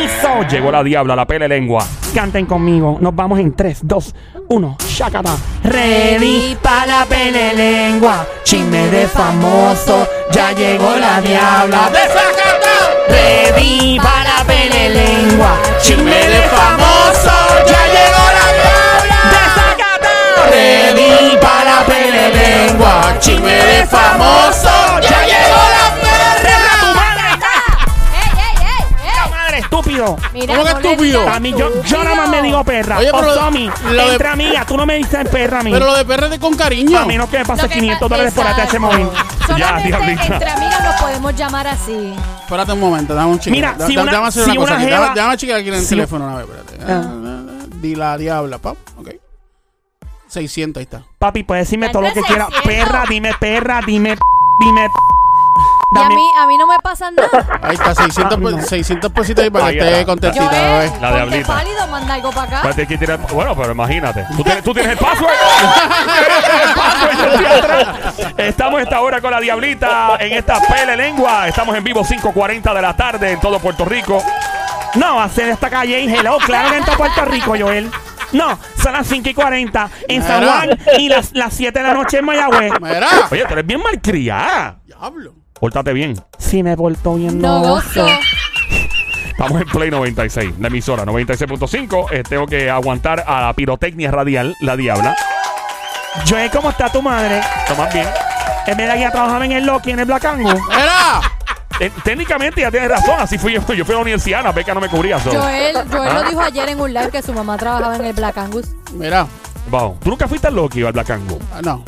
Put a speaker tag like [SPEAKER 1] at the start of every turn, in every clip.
[SPEAKER 1] Eso, llegó la diabla, la pele lengua.
[SPEAKER 2] Canten conmigo. Nos vamos en 3, 2, 1. Shakata.
[SPEAKER 3] Ready pa' la pelelengua, chisme de famoso, ya llegó la diabla. Ready pa' la pelelengua, chisme de famoso, ya llegó la diabla. Ready pa' la pelelengua, chisme de famoso, ya llegó la perra.
[SPEAKER 4] ¡Ey, ey, ey! ey.
[SPEAKER 2] Madre estúpido.
[SPEAKER 4] Mira,
[SPEAKER 3] ¿Cómo que
[SPEAKER 4] no le
[SPEAKER 3] estúpido?
[SPEAKER 4] digas
[SPEAKER 2] A mí, yo, yo nada más me digo perra. Oye,
[SPEAKER 3] Oye, pero
[SPEAKER 2] pero
[SPEAKER 3] lo- lo de-
[SPEAKER 2] entre amigas, tú no me dices perra a mí.
[SPEAKER 3] Pero lo de perra es de con cariño.
[SPEAKER 2] a menos que me
[SPEAKER 4] Lo
[SPEAKER 2] pases
[SPEAKER 4] que
[SPEAKER 2] 500
[SPEAKER 4] pa-
[SPEAKER 2] dólares por ATH
[SPEAKER 4] Exacto.
[SPEAKER 2] móvil.
[SPEAKER 4] Solamente
[SPEAKER 1] Ya, diablita.
[SPEAKER 4] entre amigas nos podemos llamar así.
[SPEAKER 3] Espérate un momento, dame un chico.
[SPEAKER 2] Mira,
[SPEAKER 3] Da-
[SPEAKER 2] si
[SPEAKER 3] da-
[SPEAKER 2] una-
[SPEAKER 3] dame hacer
[SPEAKER 2] si
[SPEAKER 3] una cosa
[SPEAKER 2] una
[SPEAKER 3] aquí.
[SPEAKER 2] jeva-
[SPEAKER 3] Dame, dame chequear aquí en el
[SPEAKER 2] si-
[SPEAKER 3] teléfono, a ver, espérate. Ah, ah, ah, Di la diabla, pap, ok. 600, ahí está.
[SPEAKER 2] Papi, puedes decirme todo lo que
[SPEAKER 4] Antes
[SPEAKER 2] quieras.
[SPEAKER 4] así, ¿no?
[SPEAKER 2] Perra, dime perra, dime p- dime p-
[SPEAKER 4] Y a
[SPEAKER 2] dame-
[SPEAKER 4] mí, a mí no me pasa nada.
[SPEAKER 3] Ahí está, 600,
[SPEAKER 2] Ah,
[SPEAKER 3] pe- 600 pesitos ahí para
[SPEAKER 1] Ahí
[SPEAKER 3] que esté
[SPEAKER 1] está.
[SPEAKER 4] Yo
[SPEAKER 3] contentita,
[SPEAKER 4] es,
[SPEAKER 3] bebé.
[SPEAKER 1] La
[SPEAKER 4] ponte
[SPEAKER 1] diablita.
[SPEAKER 4] pálido, manda algo para acá.
[SPEAKER 1] Espérate, hay que tirar- Pues Bueno, pero imagínate. ¿Tú tienes, tú tienes el password? el password, yo estoy atrás. Estamos esta hora con la diablita en esta pele lengua. Estamos en vivo 5.40 de la tarde en todo Puerto Rico.
[SPEAKER 2] No, va a ser esta calle en Hello, claro que en todo Puerto Rico, Joel. No, son las 5 y 40 en San
[SPEAKER 3] Mira.
[SPEAKER 2] Juan y las, las 7 de la noche en Mayagüez.
[SPEAKER 3] Mira,
[SPEAKER 1] Oye, tú eres bien malcriada.
[SPEAKER 3] diablo.
[SPEAKER 1] Pórtate bien.
[SPEAKER 2] Si me porto bien,
[SPEAKER 4] No
[SPEAKER 2] no
[SPEAKER 4] gozo.
[SPEAKER 1] Estamos en Play 96, la emisora 96.5. Eh, tengo que aguantar a la pirotecnia radial, la diabla.
[SPEAKER 2] Joel, ¿cómo está tu madre?
[SPEAKER 1] Tomás bien.
[SPEAKER 2] En vez de aquí a trabajar en el Loki, en el Black Angle.
[SPEAKER 3] Mira,
[SPEAKER 1] Eh, técnicamente ya tienes razón. Así fui yo. Yo fui a la universidad, la beca no me cubría. so.
[SPEAKER 4] Joel, Joel
[SPEAKER 1] Ah.
[SPEAKER 4] lo dijo ayer en un live que su mamá trabajaba en el Black Angus.
[SPEAKER 3] mira.
[SPEAKER 1] Vamos. ¿Tú nunca fuiste al Loki o al Black Angle?
[SPEAKER 3] Ah, No,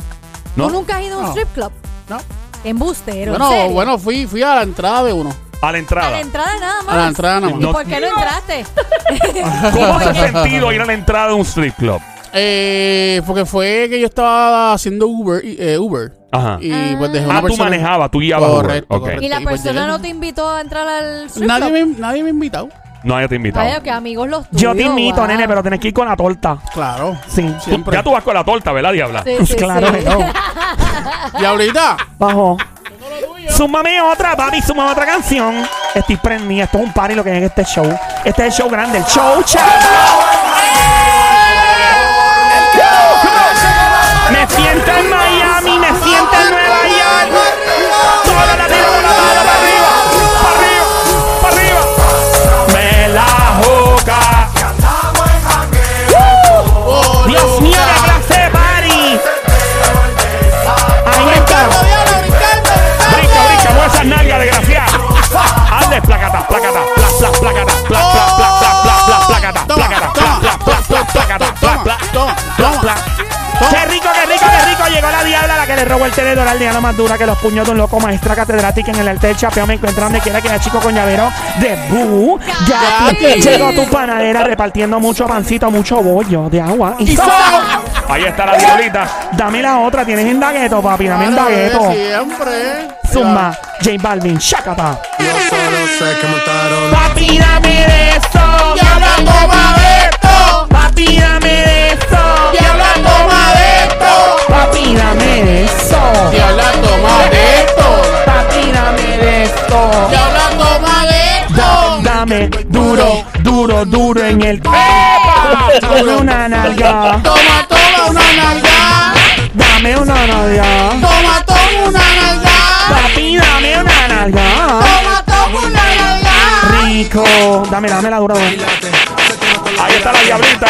[SPEAKER 1] ¿No?
[SPEAKER 4] ¿Tú nunca has ido a un
[SPEAKER 3] No.
[SPEAKER 4] strip club?
[SPEAKER 3] no.
[SPEAKER 4] Embustero, en
[SPEAKER 3] Bueno,
[SPEAKER 4] serio.
[SPEAKER 3] bueno, fui, fui a la entrada de uno.
[SPEAKER 1] A la
[SPEAKER 4] A
[SPEAKER 1] entrada.
[SPEAKER 4] la entrada nada más.
[SPEAKER 3] A la entrada nada
[SPEAKER 4] ¿Y
[SPEAKER 3] más.
[SPEAKER 1] No.
[SPEAKER 4] por qué no entraste?
[SPEAKER 1] ¿Cómo hace sentido ir a la entrada de un strip club?
[SPEAKER 3] Eh, porque fue que yo estaba haciendo Uber. y- eh, Uber
[SPEAKER 1] Ajá.
[SPEAKER 3] Y
[SPEAKER 4] Ah.
[SPEAKER 3] pues dejé una
[SPEAKER 1] Ah, tú
[SPEAKER 3] persona-
[SPEAKER 1] manejabas, tú guiabas. Uber.
[SPEAKER 3] Correcto,
[SPEAKER 1] Ok.
[SPEAKER 3] correcto.
[SPEAKER 4] ¿Y la
[SPEAKER 3] Y pues
[SPEAKER 4] persona
[SPEAKER 3] llegué.
[SPEAKER 4] no te invitó a entrar al strip
[SPEAKER 3] Nadie
[SPEAKER 4] club?
[SPEAKER 3] me, nadie me ha invitado.
[SPEAKER 1] No, ya te invitaba.
[SPEAKER 4] Vaya, que amigos los tuyos.
[SPEAKER 2] Yo te invito,
[SPEAKER 4] guau.
[SPEAKER 2] nene, pero tenés que ir con la torta.
[SPEAKER 3] Claro.
[SPEAKER 2] Sí.
[SPEAKER 1] Tú-
[SPEAKER 3] Siempre.
[SPEAKER 1] ya tú vas con la torta, ¿verdad, diabla?
[SPEAKER 4] Sí,
[SPEAKER 2] Pues
[SPEAKER 4] sí,
[SPEAKER 2] claro
[SPEAKER 4] sí.
[SPEAKER 2] que no.
[SPEAKER 3] Diablita.
[SPEAKER 2] Bajo. Súmame otra, papi, súmame otra canción. Estoy prendida, esto es un party lo que es este show. Este es el show grande, el show chaval. Me siento en Miami, me siento en Nueva York. Toda la tengo con la mano para arriba, para arriba, para arriba. Me la joca.
[SPEAKER 3] Oh,
[SPEAKER 2] Dios mío, la
[SPEAKER 3] Luca.
[SPEAKER 2] clase de party. Ahí está.
[SPEAKER 3] Brincando, Diabla, brincando,
[SPEAKER 1] Brinca,
[SPEAKER 3] brincando.
[SPEAKER 1] brinca, mueve esas nalgas, desgraciada. Ande, placata, placata, pla, pla, placata, pla, pla, pla, pla, pla, pla, placata,
[SPEAKER 3] Toma,
[SPEAKER 1] placata,
[SPEAKER 3] toma,
[SPEAKER 1] pla, pla, pla, placata, pla,
[SPEAKER 3] toma,
[SPEAKER 1] pla, pla,
[SPEAKER 3] toma, toma.
[SPEAKER 1] pla.
[SPEAKER 2] ¡Qué rico, qué rico, qué rico! Llegó la diabla, la que le robó el tenedor al diablo más dura que los puños de un loco maestra catedrática en el arte del chapeo. Me encuentran donde quiera que haya chico con llavero de bu. Ya
[SPEAKER 3] Gati.
[SPEAKER 2] llegó tu panadera repartiendo mucho pancito, mucho bollo de agua. Y
[SPEAKER 3] Y
[SPEAKER 2] so-
[SPEAKER 3] sola.
[SPEAKER 1] Ahí está la diablita.
[SPEAKER 2] dame la otra, tienes en dagueto, papi, dame en dagueto.
[SPEAKER 3] Siempre.
[SPEAKER 2] Zumba, J Balvin, shakata.
[SPEAKER 5] Yo solo sé que mataron.
[SPEAKER 2] Papi, dame de eso.
[SPEAKER 3] Diabla, toma de esto.
[SPEAKER 2] Papi, dame de eso.
[SPEAKER 3] Diabla, toma de esto.
[SPEAKER 2] Papi, dame de eso.
[SPEAKER 3] Diabla, toma de esto.
[SPEAKER 2] Papi, dame de esto.
[SPEAKER 3] Diabla, toma de esto.
[SPEAKER 2] Dame duro, duro, duro en el Dame una nalga,
[SPEAKER 3] Toma, toma una nalga.
[SPEAKER 2] dame una nalga.
[SPEAKER 3] Toma, toma una nalga.
[SPEAKER 2] Papi, dame una nalga.
[SPEAKER 3] Toma, toma una nalga.
[SPEAKER 2] Rico. Dame, dame la dura. dura.
[SPEAKER 1] Ahí está la diablita.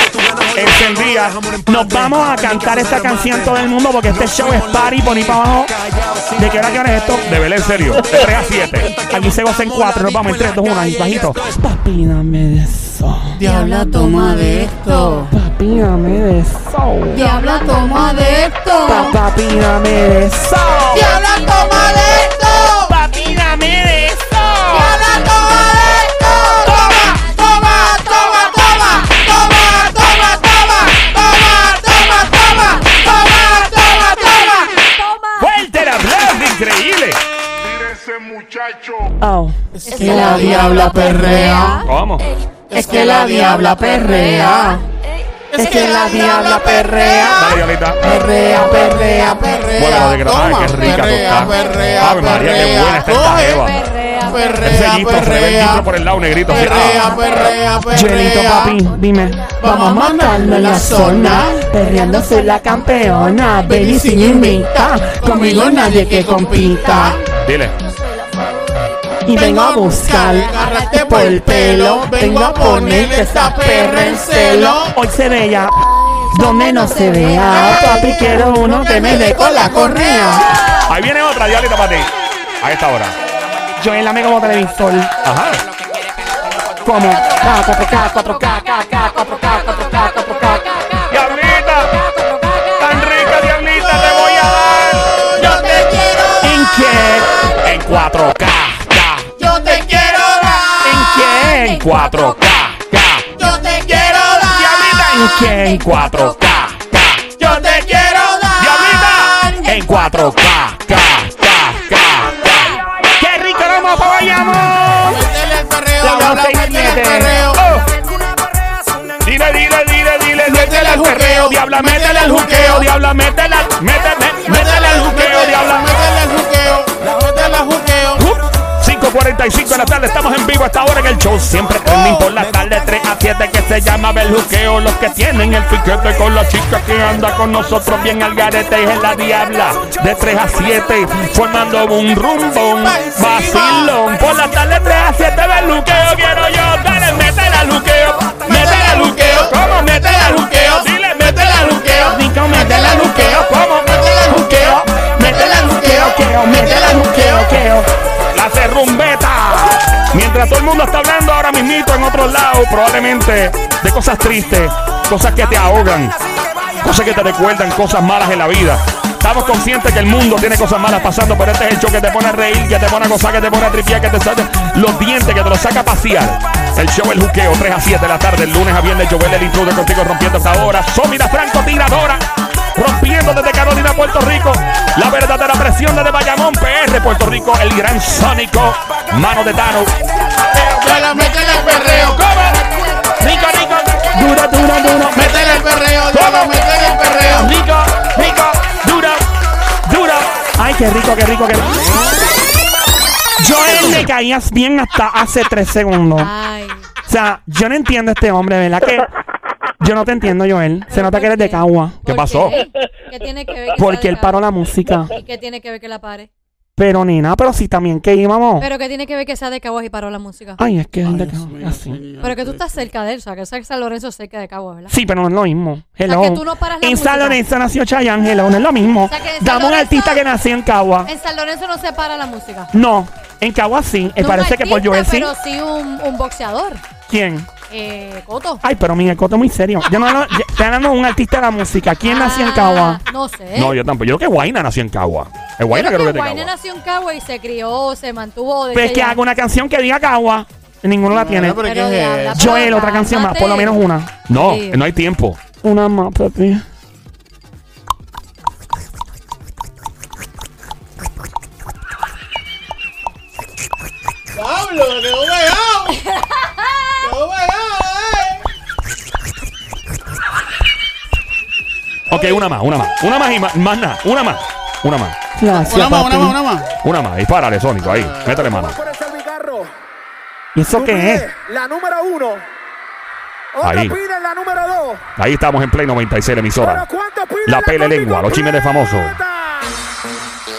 [SPEAKER 1] Encendida.
[SPEAKER 2] Nos vamos a cantar esta canción todo el mundo porque este show es party por ahí para abajo. ¿De qué hora a qué hora es esto?
[SPEAKER 1] De Belén, serio. De 3 a 7.
[SPEAKER 2] Aquí se gocen cuatro, nos vamos en tres, dos, uno, ahí bajito. Papi, dame de eso.
[SPEAKER 3] Diabla, toma de esto.
[SPEAKER 2] Papi, dame de eso.
[SPEAKER 3] Diabla, toma de esto.
[SPEAKER 2] Pa- Papi, dame de eso.
[SPEAKER 3] Diabla, toma de esto.
[SPEAKER 2] Papi, dame de eso.
[SPEAKER 3] Diabla, toma de esto. Toma, toma, toma, toma. Toma, toma, toma. Toma, toma, toma. Toma, toma, toma.
[SPEAKER 4] Toma.
[SPEAKER 1] ¡Fuerte el aplauso! ¡Increíble!
[SPEAKER 2] Oh.
[SPEAKER 3] Es que la diabla perrea.
[SPEAKER 1] ¿Cómo?
[SPEAKER 3] Es que la diabla perrea. Es que la diabla perrea.
[SPEAKER 1] Dale, diablita.
[SPEAKER 3] Perrea, perrea, perrea.
[SPEAKER 1] Bueno, la de Granada,
[SPEAKER 3] Toma,
[SPEAKER 1] qué rica tú
[SPEAKER 3] perrea,
[SPEAKER 1] estás.
[SPEAKER 3] perrea,
[SPEAKER 1] Ave María, qué
[SPEAKER 3] perrea.
[SPEAKER 1] buena está esta
[SPEAKER 3] Coge,
[SPEAKER 1] jeva. Ese
[SPEAKER 4] Perrea,
[SPEAKER 3] perrea,
[SPEAKER 1] guito, se ve el guito
[SPEAKER 3] perrea.
[SPEAKER 1] por el lado, negrito. así,
[SPEAKER 3] Perrea,
[SPEAKER 1] ah.
[SPEAKER 3] perrea,
[SPEAKER 2] Yelito,
[SPEAKER 3] perrea.
[SPEAKER 2] papi, dime.
[SPEAKER 3] Vamos a matarlo en la zona.
[SPEAKER 2] Perreando soy la campeona.
[SPEAKER 3] Baby, sin invita. Conmigo nadie que compita.
[SPEAKER 1] Ah, Dile.
[SPEAKER 2] Y vengo a buscar.
[SPEAKER 3] agárrate por el pelo. Vengo a ponerle esta perra en celo.
[SPEAKER 2] Hoy se veía. Donde no se vea. Papi, quiero uno que me dé.
[SPEAKER 3] con la correa.
[SPEAKER 1] Ahí viene otra, diablita para ti. A esta hora.
[SPEAKER 2] Yo en la me como televisor.
[SPEAKER 1] Ajá.
[SPEAKER 2] Como. K, 4K, 4K.
[SPEAKER 4] 4K, 4K, 4K, 4K.
[SPEAKER 1] Diablita, tan rica, diablita, te voy a dar.
[SPEAKER 3] Yo te quiero
[SPEAKER 2] ¿En qué?
[SPEAKER 1] En 4K, K,
[SPEAKER 3] Yo te quiero dar.
[SPEAKER 2] ¿En qué?
[SPEAKER 1] en 4K, K.
[SPEAKER 3] Yo te quiero dar.
[SPEAKER 1] Diablita,
[SPEAKER 2] ¿En qué?
[SPEAKER 1] en 4K, K.
[SPEAKER 3] Yo te quiero dar.
[SPEAKER 1] Diablita, en 4K, K, K, K, K.
[SPEAKER 2] ¡Qué rico vamos para Bayamón!
[SPEAKER 3] Métele el perreo,
[SPEAKER 2] La
[SPEAKER 3] habla,
[SPEAKER 2] nota y
[SPEAKER 3] métele el
[SPEAKER 2] mete.
[SPEAKER 3] perreo.
[SPEAKER 1] Oh. Dile, dile, dile, dile,
[SPEAKER 3] Métele al juqueo,
[SPEAKER 1] diabla, métele al juqueo, diabla, métele al, métele, métele al juqueo, diabla.
[SPEAKER 3] Métele al juqueo. Métele al juqueo.
[SPEAKER 1] 5.45 de la tarde, estamos en vivo a esta hora en el show. Siempre trending por la tarde, 3 a 7 que se llama Beluqueo. Los que tienen el piquete con la chica que anda con nosotros, bien al garete, es la diabla. De 3 a 7, formando un rumbo, un vacilón. Por la tarde, 3 a 7, Beluqueo. Quiero yo, dale, métele al juqueo, métele al juqueo. ¿Cómo? Métele al juqueo, dile, métele al juqueo.
[SPEAKER 2] Rico, métele al
[SPEAKER 1] juqueo, ¿cómo? Métele al juqueo,
[SPEAKER 2] Métele al juqueo, queo, métele al juqueo, queo.
[SPEAKER 1] la cerrumbeta. Mientras todo el mundo está hablando ahora mismito en otro lado, probablemente de cosas tristes, cosas que te ahogan, cosas que te recuerdan, cosas malas en la vida. Estamos conscientes que el mundo tiene cosas malas pasando, pero este es el show que te pone a reír, que te pone a gozar, que te pone a tripear, que te saca los dientes, que te los saca a pasear. El show El Juqueo, 3 a 7 de la tarde, el lunes a viernes, Joel el intruder contigo rompiendo hasta ahora. Somi la francotiradora, rompiendo desde Carolina, Puerto Rico. La verdadera presión desde Bayamón, PR, Puerto Rico, el gran sónico, mano de Tano.
[SPEAKER 3] Diabla, métele el perreo.
[SPEAKER 1] Rico, rico,
[SPEAKER 2] Duro, duro, duro.
[SPEAKER 3] Métele el perreo. Diabla, métele el perreo.
[SPEAKER 1] rico, rico, duro, duro.
[SPEAKER 2] Ay, qué rico, qué rico, qué rico. Joel, le caías bien hasta hace tres segundos.
[SPEAKER 4] Ay.
[SPEAKER 2] O sea, yo no entiendo a este hombre, ¿verdad? Que yo no te entiendo, Joel. Se nota que eres de Cagua.
[SPEAKER 1] ¿Qué
[SPEAKER 4] ¿Por
[SPEAKER 1] pasó?
[SPEAKER 4] ¿Qué tiene que ver que sea de
[SPEAKER 2] Porque él
[SPEAKER 4] Cagua?
[SPEAKER 2] paró la música.
[SPEAKER 4] ¿Y qué tiene que ver que la pare?
[SPEAKER 2] Pero nena, pero sí también que íbamos.
[SPEAKER 4] Pero que tiene que ver que sea de Caguas y paró la música.
[SPEAKER 2] Ay, es que es de Cagua. Así.
[SPEAKER 4] Pero que tú estás cerca de él, o sea, que sabes que San Lorenzo es cerca de Caguas, ¿verdad?
[SPEAKER 2] Sí, pero no es lo mismo. Hello.
[SPEAKER 4] que tú no paras la
[SPEAKER 2] en
[SPEAKER 4] música.
[SPEAKER 2] San Lorenzo nació Chayanne, hello, no es lo mismo.
[SPEAKER 4] O sea, que en San
[SPEAKER 2] Dame un
[SPEAKER 4] Lorenzo-
[SPEAKER 2] artista que nació en Cagua.
[SPEAKER 4] En San Lorenzo no se para la música.
[SPEAKER 2] No, en Cagua sí. Eh,
[SPEAKER 4] No un
[SPEAKER 2] parece que por
[SPEAKER 4] artista,
[SPEAKER 2] Joel sí.
[SPEAKER 4] Pero sí un, un boxeador.
[SPEAKER 2] ¿Quién?
[SPEAKER 4] Eh, Coto.
[SPEAKER 2] Ay, pero Miguel Coto es muy serio. Yo no, no, ya- te hablando de un artista de la música. ¿Quién nació en
[SPEAKER 4] Ah,
[SPEAKER 2] Cagua?
[SPEAKER 4] No sé.
[SPEAKER 1] No, yo tampoco. Yo creo que Guaina nació en Cagua. Es Guaina creo que,
[SPEAKER 4] que
[SPEAKER 1] es de
[SPEAKER 4] Guayna
[SPEAKER 1] Cagua.
[SPEAKER 4] nació en Cagua y se crió, se mantuvo. desde
[SPEAKER 2] Pues que
[SPEAKER 4] ya.
[SPEAKER 2] haga una canción que diga Cagua. Ninguno la tiene.
[SPEAKER 3] Pero
[SPEAKER 4] Pero
[SPEAKER 3] ¿qué
[SPEAKER 4] diabla,
[SPEAKER 3] es
[SPEAKER 4] pero
[SPEAKER 2] Joel, otra canción más. Por lo menos
[SPEAKER 4] cálmate.
[SPEAKER 2] una.
[SPEAKER 1] No,
[SPEAKER 4] Sí.
[SPEAKER 1] no hay tiempo.
[SPEAKER 2] Una más, papi.
[SPEAKER 3] Pablo, que no veo. No veo,
[SPEAKER 1] Ok, una más, una más. Una más y más, más nada. Una más. Una más.
[SPEAKER 3] eh.
[SPEAKER 2] Gracias,
[SPEAKER 3] Una más,
[SPEAKER 2] papi.
[SPEAKER 3] una más, una más.
[SPEAKER 1] Una más. Dispárale, Sónico. Ahí. Métele mano.
[SPEAKER 2] ¿Y eso qué es?
[SPEAKER 6] La número uno.
[SPEAKER 1] Ahí.
[SPEAKER 6] Otros piden la número dos.
[SPEAKER 1] Ahí estamos en Play 96, la
[SPEAKER 6] Pero
[SPEAKER 1] emisora.
[SPEAKER 6] ¿cuántos piden
[SPEAKER 1] La pele lengua, los chismes de famoso.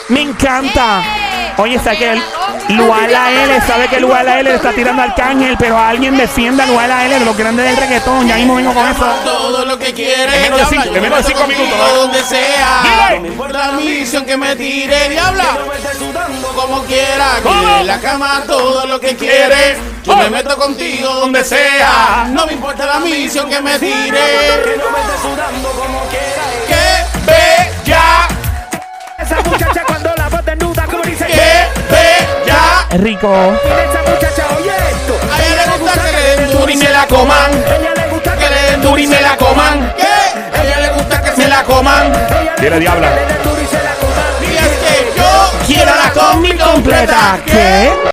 [SPEAKER 2] ¡Me encanta!
[SPEAKER 4] ¡Eh!
[SPEAKER 2] Oye, está que el
[SPEAKER 4] oh,
[SPEAKER 2] Luala L, sabe que Luala L le está tirando al cángel, pero alguien defienda a Luala L de los grandes del reggaetón. Ya mismo vengo con eso.
[SPEAKER 3] Todo lo que quieres.
[SPEAKER 1] menos de cinco-
[SPEAKER 3] yo
[SPEAKER 1] en menos de
[SPEAKER 3] me
[SPEAKER 1] cinco
[SPEAKER 3] meto
[SPEAKER 1] minutos,
[SPEAKER 3] contigo
[SPEAKER 1] ¿no?
[SPEAKER 3] Donde sea.
[SPEAKER 1] Dile.
[SPEAKER 3] No importa la misión que me tire, diabla. Como quiera,
[SPEAKER 1] ¿Cómo?
[SPEAKER 3] que en la cama todo lo que quieres. Yo
[SPEAKER 1] Oh.
[SPEAKER 3] me meto contigo donde sea. No me importa la misión que me tire. Que bella,
[SPEAKER 6] Esa muchacha cuando la voz desnuda, como dice
[SPEAKER 3] que bella.
[SPEAKER 2] Rico.
[SPEAKER 6] Mira esa muchacha, oye esto.
[SPEAKER 3] A ella le gusta que le den duro y se la coman.
[SPEAKER 6] A ella le gusta
[SPEAKER 3] que le den duro y se la coman. ¿Qué? A ella le gusta que se la coman.
[SPEAKER 6] ella le
[SPEAKER 1] Dile,
[SPEAKER 6] gusta
[SPEAKER 1] diabla.
[SPEAKER 6] que le den duro y se la coman.
[SPEAKER 3] Y es que yo quiero la combi completa. ¿Qué?
[SPEAKER 2] ¿Qué?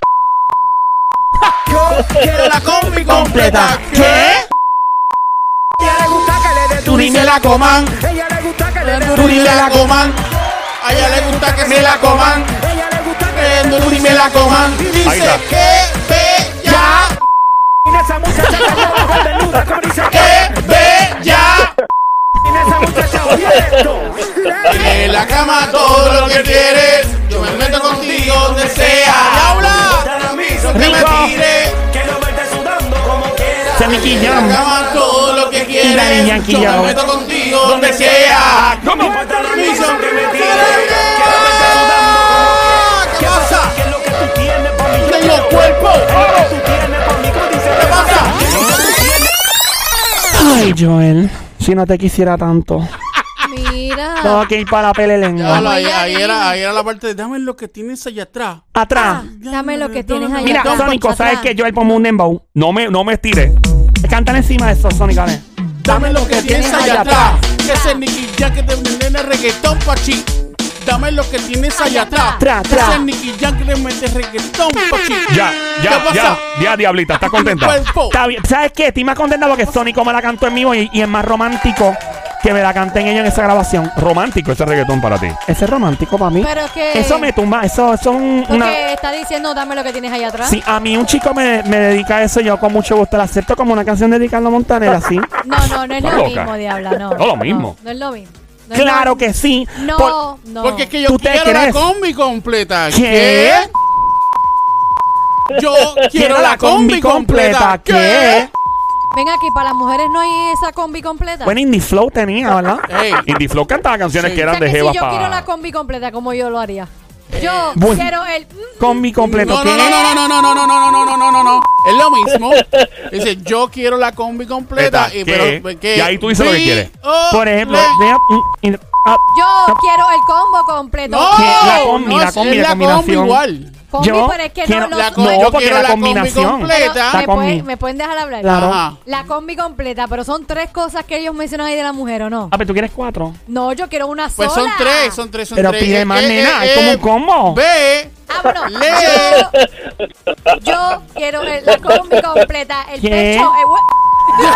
[SPEAKER 3] Yo quiero la combi completa. ¿Qué?
[SPEAKER 6] Ella le gusta que le den duro
[SPEAKER 3] Duri me la coman.
[SPEAKER 6] Ella le gusta que le den duro
[SPEAKER 3] Duri me la coman. A ella le gusta que se la coman.
[SPEAKER 6] Ella le gusta que
[SPEAKER 3] Que le prendo el y me la coman.
[SPEAKER 1] Ahí está.
[SPEAKER 3] Dice que bella,
[SPEAKER 6] Esa muchacha cuando la voz desnuda, como dice
[SPEAKER 3] que bella.
[SPEAKER 6] Esa muchacha violento.
[SPEAKER 3] En la cama todo lo que quieres. Yo me meto contigo donde sea. Laura, que me
[SPEAKER 2] Rico.
[SPEAKER 3] tire.
[SPEAKER 6] Quiero verte sudando como quieras.
[SPEAKER 3] En la
[SPEAKER 2] Semiquillón.
[SPEAKER 3] cama todo lo que
[SPEAKER 2] Dale,
[SPEAKER 3] quieres.
[SPEAKER 2] Yankee,
[SPEAKER 3] Yo me
[SPEAKER 2] yo.
[SPEAKER 3] meto contigo donde sea.
[SPEAKER 1] ¿Cómo?
[SPEAKER 6] Falta la
[SPEAKER 3] Permiso.
[SPEAKER 6] misión que me tire. Quiero verte sudando.
[SPEAKER 3] Ah, ¿Qué pasa?
[SPEAKER 6] ¿Qué es lo que tú tienes para mí? ¿Qué
[SPEAKER 3] En los cuerpos.
[SPEAKER 6] es lo que tú tienes para mí? ¿Cómo dice?
[SPEAKER 3] ¿Qué pasa?
[SPEAKER 2] Ay, Joel. Si no te quisiera tanto. Tengo
[SPEAKER 4] Mira.
[SPEAKER 2] que ir para la pele
[SPEAKER 3] Ya,
[SPEAKER 2] lengua.
[SPEAKER 3] ahí, ahí era, ahí era la parte de dame lo que tienes allá atrás.
[SPEAKER 2] Atrás.
[SPEAKER 4] Dame lo que tienes allá.
[SPEAKER 2] Mira,
[SPEAKER 4] atrás,
[SPEAKER 2] Sónico,
[SPEAKER 4] concha,
[SPEAKER 2] ¿sabes
[SPEAKER 4] atrás.
[SPEAKER 2] que Joel pongo un dembow?
[SPEAKER 1] No me, no me estires.
[SPEAKER 2] Cantan encima de eso, Sónico, a ver.
[SPEAKER 3] Dame lo que tienes allá atrás. Que ese Nicky Jam que te venden reggaetón pachi. Dame lo que tienes allá atrás.
[SPEAKER 2] Tra,
[SPEAKER 3] Que
[SPEAKER 2] tra.
[SPEAKER 3] Ese Nicky Jam que le mete reggaetón pachi.
[SPEAKER 1] Ya, ya,
[SPEAKER 3] ¿Qué pues, pasa?
[SPEAKER 1] ya, ya, diablita, ¿estás contenta?
[SPEAKER 3] Cuerpo.
[SPEAKER 2] Está bien. ¿Sabes qué? Estoy más contenta porque Sónico me la cantó en vivo y, y es más romántico que me la canten ellos en esa grabación.
[SPEAKER 1] Romántico ese reggaetón para ti.
[SPEAKER 2] Ese es romántico para mí.
[SPEAKER 4] Pero es que.
[SPEAKER 2] Eso me tumba. Eso, eso es un-
[SPEAKER 4] Porque
[SPEAKER 2] una...
[SPEAKER 4] está diciendo, dame lo que tienes allá atrás.
[SPEAKER 2] Si a mí un chico me, me dedica eso, yo con mucho gusto la acepto como una canción de Ricardo Montaner, ¿sí?
[SPEAKER 4] No, no, no es
[SPEAKER 1] Estás
[SPEAKER 4] lo
[SPEAKER 1] loca.
[SPEAKER 4] mismo, Diabla. No,
[SPEAKER 1] No, lo mismo.
[SPEAKER 4] No, no es lo mismo. No es
[SPEAKER 2] claro
[SPEAKER 4] lo-
[SPEAKER 2] que sí.
[SPEAKER 4] No,
[SPEAKER 2] Por-
[SPEAKER 4] no.
[SPEAKER 3] Porque es que yo
[SPEAKER 2] ¿Tú te
[SPEAKER 3] quiero la
[SPEAKER 2] crees?
[SPEAKER 3] combi completa.
[SPEAKER 2] ¿Qué?
[SPEAKER 3] Yo quiero la combi completa.
[SPEAKER 2] ¿Qué?
[SPEAKER 4] Ven aquí, para las mujeres no hay esa combi completa.
[SPEAKER 2] Buen Indie Flow tenía, ¿verdad?
[SPEAKER 3] Ey,
[SPEAKER 1] Indie Flow cantaba canciones
[SPEAKER 3] Sí.
[SPEAKER 1] que
[SPEAKER 4] O sea
[SPEAKER 1] eran
[SPEAKER 4] que
[SPEAKER 1] de
[SPEAKER 4] si
[SPEAKER 1] Jeva
[SPEAKER 4] yo quiero la
[SPEAKER 1] para.
[SPEAKER 4] combi completa, como yo lo haría.
[SPEAKER 3] Eh,
[SPEAKER 4] Yo
[SPEAKER 2] Bueno.
[SPEAKER 4] quiero el. mm,
[SPEAKER 2] Con mi completo.
[SPEAKER 3] No,
[SPEAKER 2] ¿qué?
[SPEAKER 3] no, no, no, no, no, no, no, no, no, no, no, no, no. Es lo mismo. Dice, yo quiero la combi completa.
[SPEAKER 1] Eta, ¿qué? Y ahí tú dices lo que quieres.
[SPEAKER 3] Oh,
[SPEAKER 2] Por ejemplo,
[SPEAKER 3] la-
[SPEAKER 2] vea, mm, y- ah,
[SPEAKER 4] Yo quiero el combo completo.
[SPEAKER 3] No,
[SPEAKER 2] ¿Qué? La combi,
[SPEAKER 3] no,
[SPEAKER 2] la
[SPEAKER 3] es-
[SPEAKER 2] combi,
[SPEAKER 3] es
[SPEAKER 2] la combinación.
[SPEAKER 3] igual.
[SPEAKER 4] Combi,
[SPEAKER 2] yo
[SPEAKER 4] pero es que no
[SPEAKER 2] quiero-
[SPEAKER 4] lo-
[SPEAKER 3] La
[SPEAKER 4] no,
[SPEAKER 3] co-
[SPEAKER 2] no,
[SPEAKER 3] yo
[SPEAKER 2] porque
[SPEAKER 3] quiero
[SPEAKER 2] la,
[SPEAKER 3] la combi
[SPEAKER 2] combinación.
[SPEAKER 3] completa.
[SPEAKER 4] Pero
[SPEAKER 3] Está
[SPEAKER 4] me,
[SPEAKER 2] con mí.
[SPEAKER 4] pueden, me pueden dejar hablar.
[SPEAKER 2] Claro.
[SPEAKER 3] Ajá.
[SPEAKER 4] La combi completa, pero son tres cosas que ellos mencionan ahí de la mujer, ¿o no?
[SPEAKER 2] Ah, pero tú quieres cuatro.
[SPEAKER 4] No, yo quiero una sola.
[SPEAKER 3] Pues son tres, son tres, son
[SPEAKER 2] Pero
[SPEAKER 3] tres.
[SPEAKER 2] pide más, nena, es como un combo.
[SPEAKER 3] Ve.
[SPEAKER 4] Vámonos.
[SPEAKER 3] Lee.
[SPEAKER 4] Ah, Yo, yo quiero el- la combi completa, el
[SPEAKER 2] ¿Qué?
[SPEAKER 4] pecho, el hue-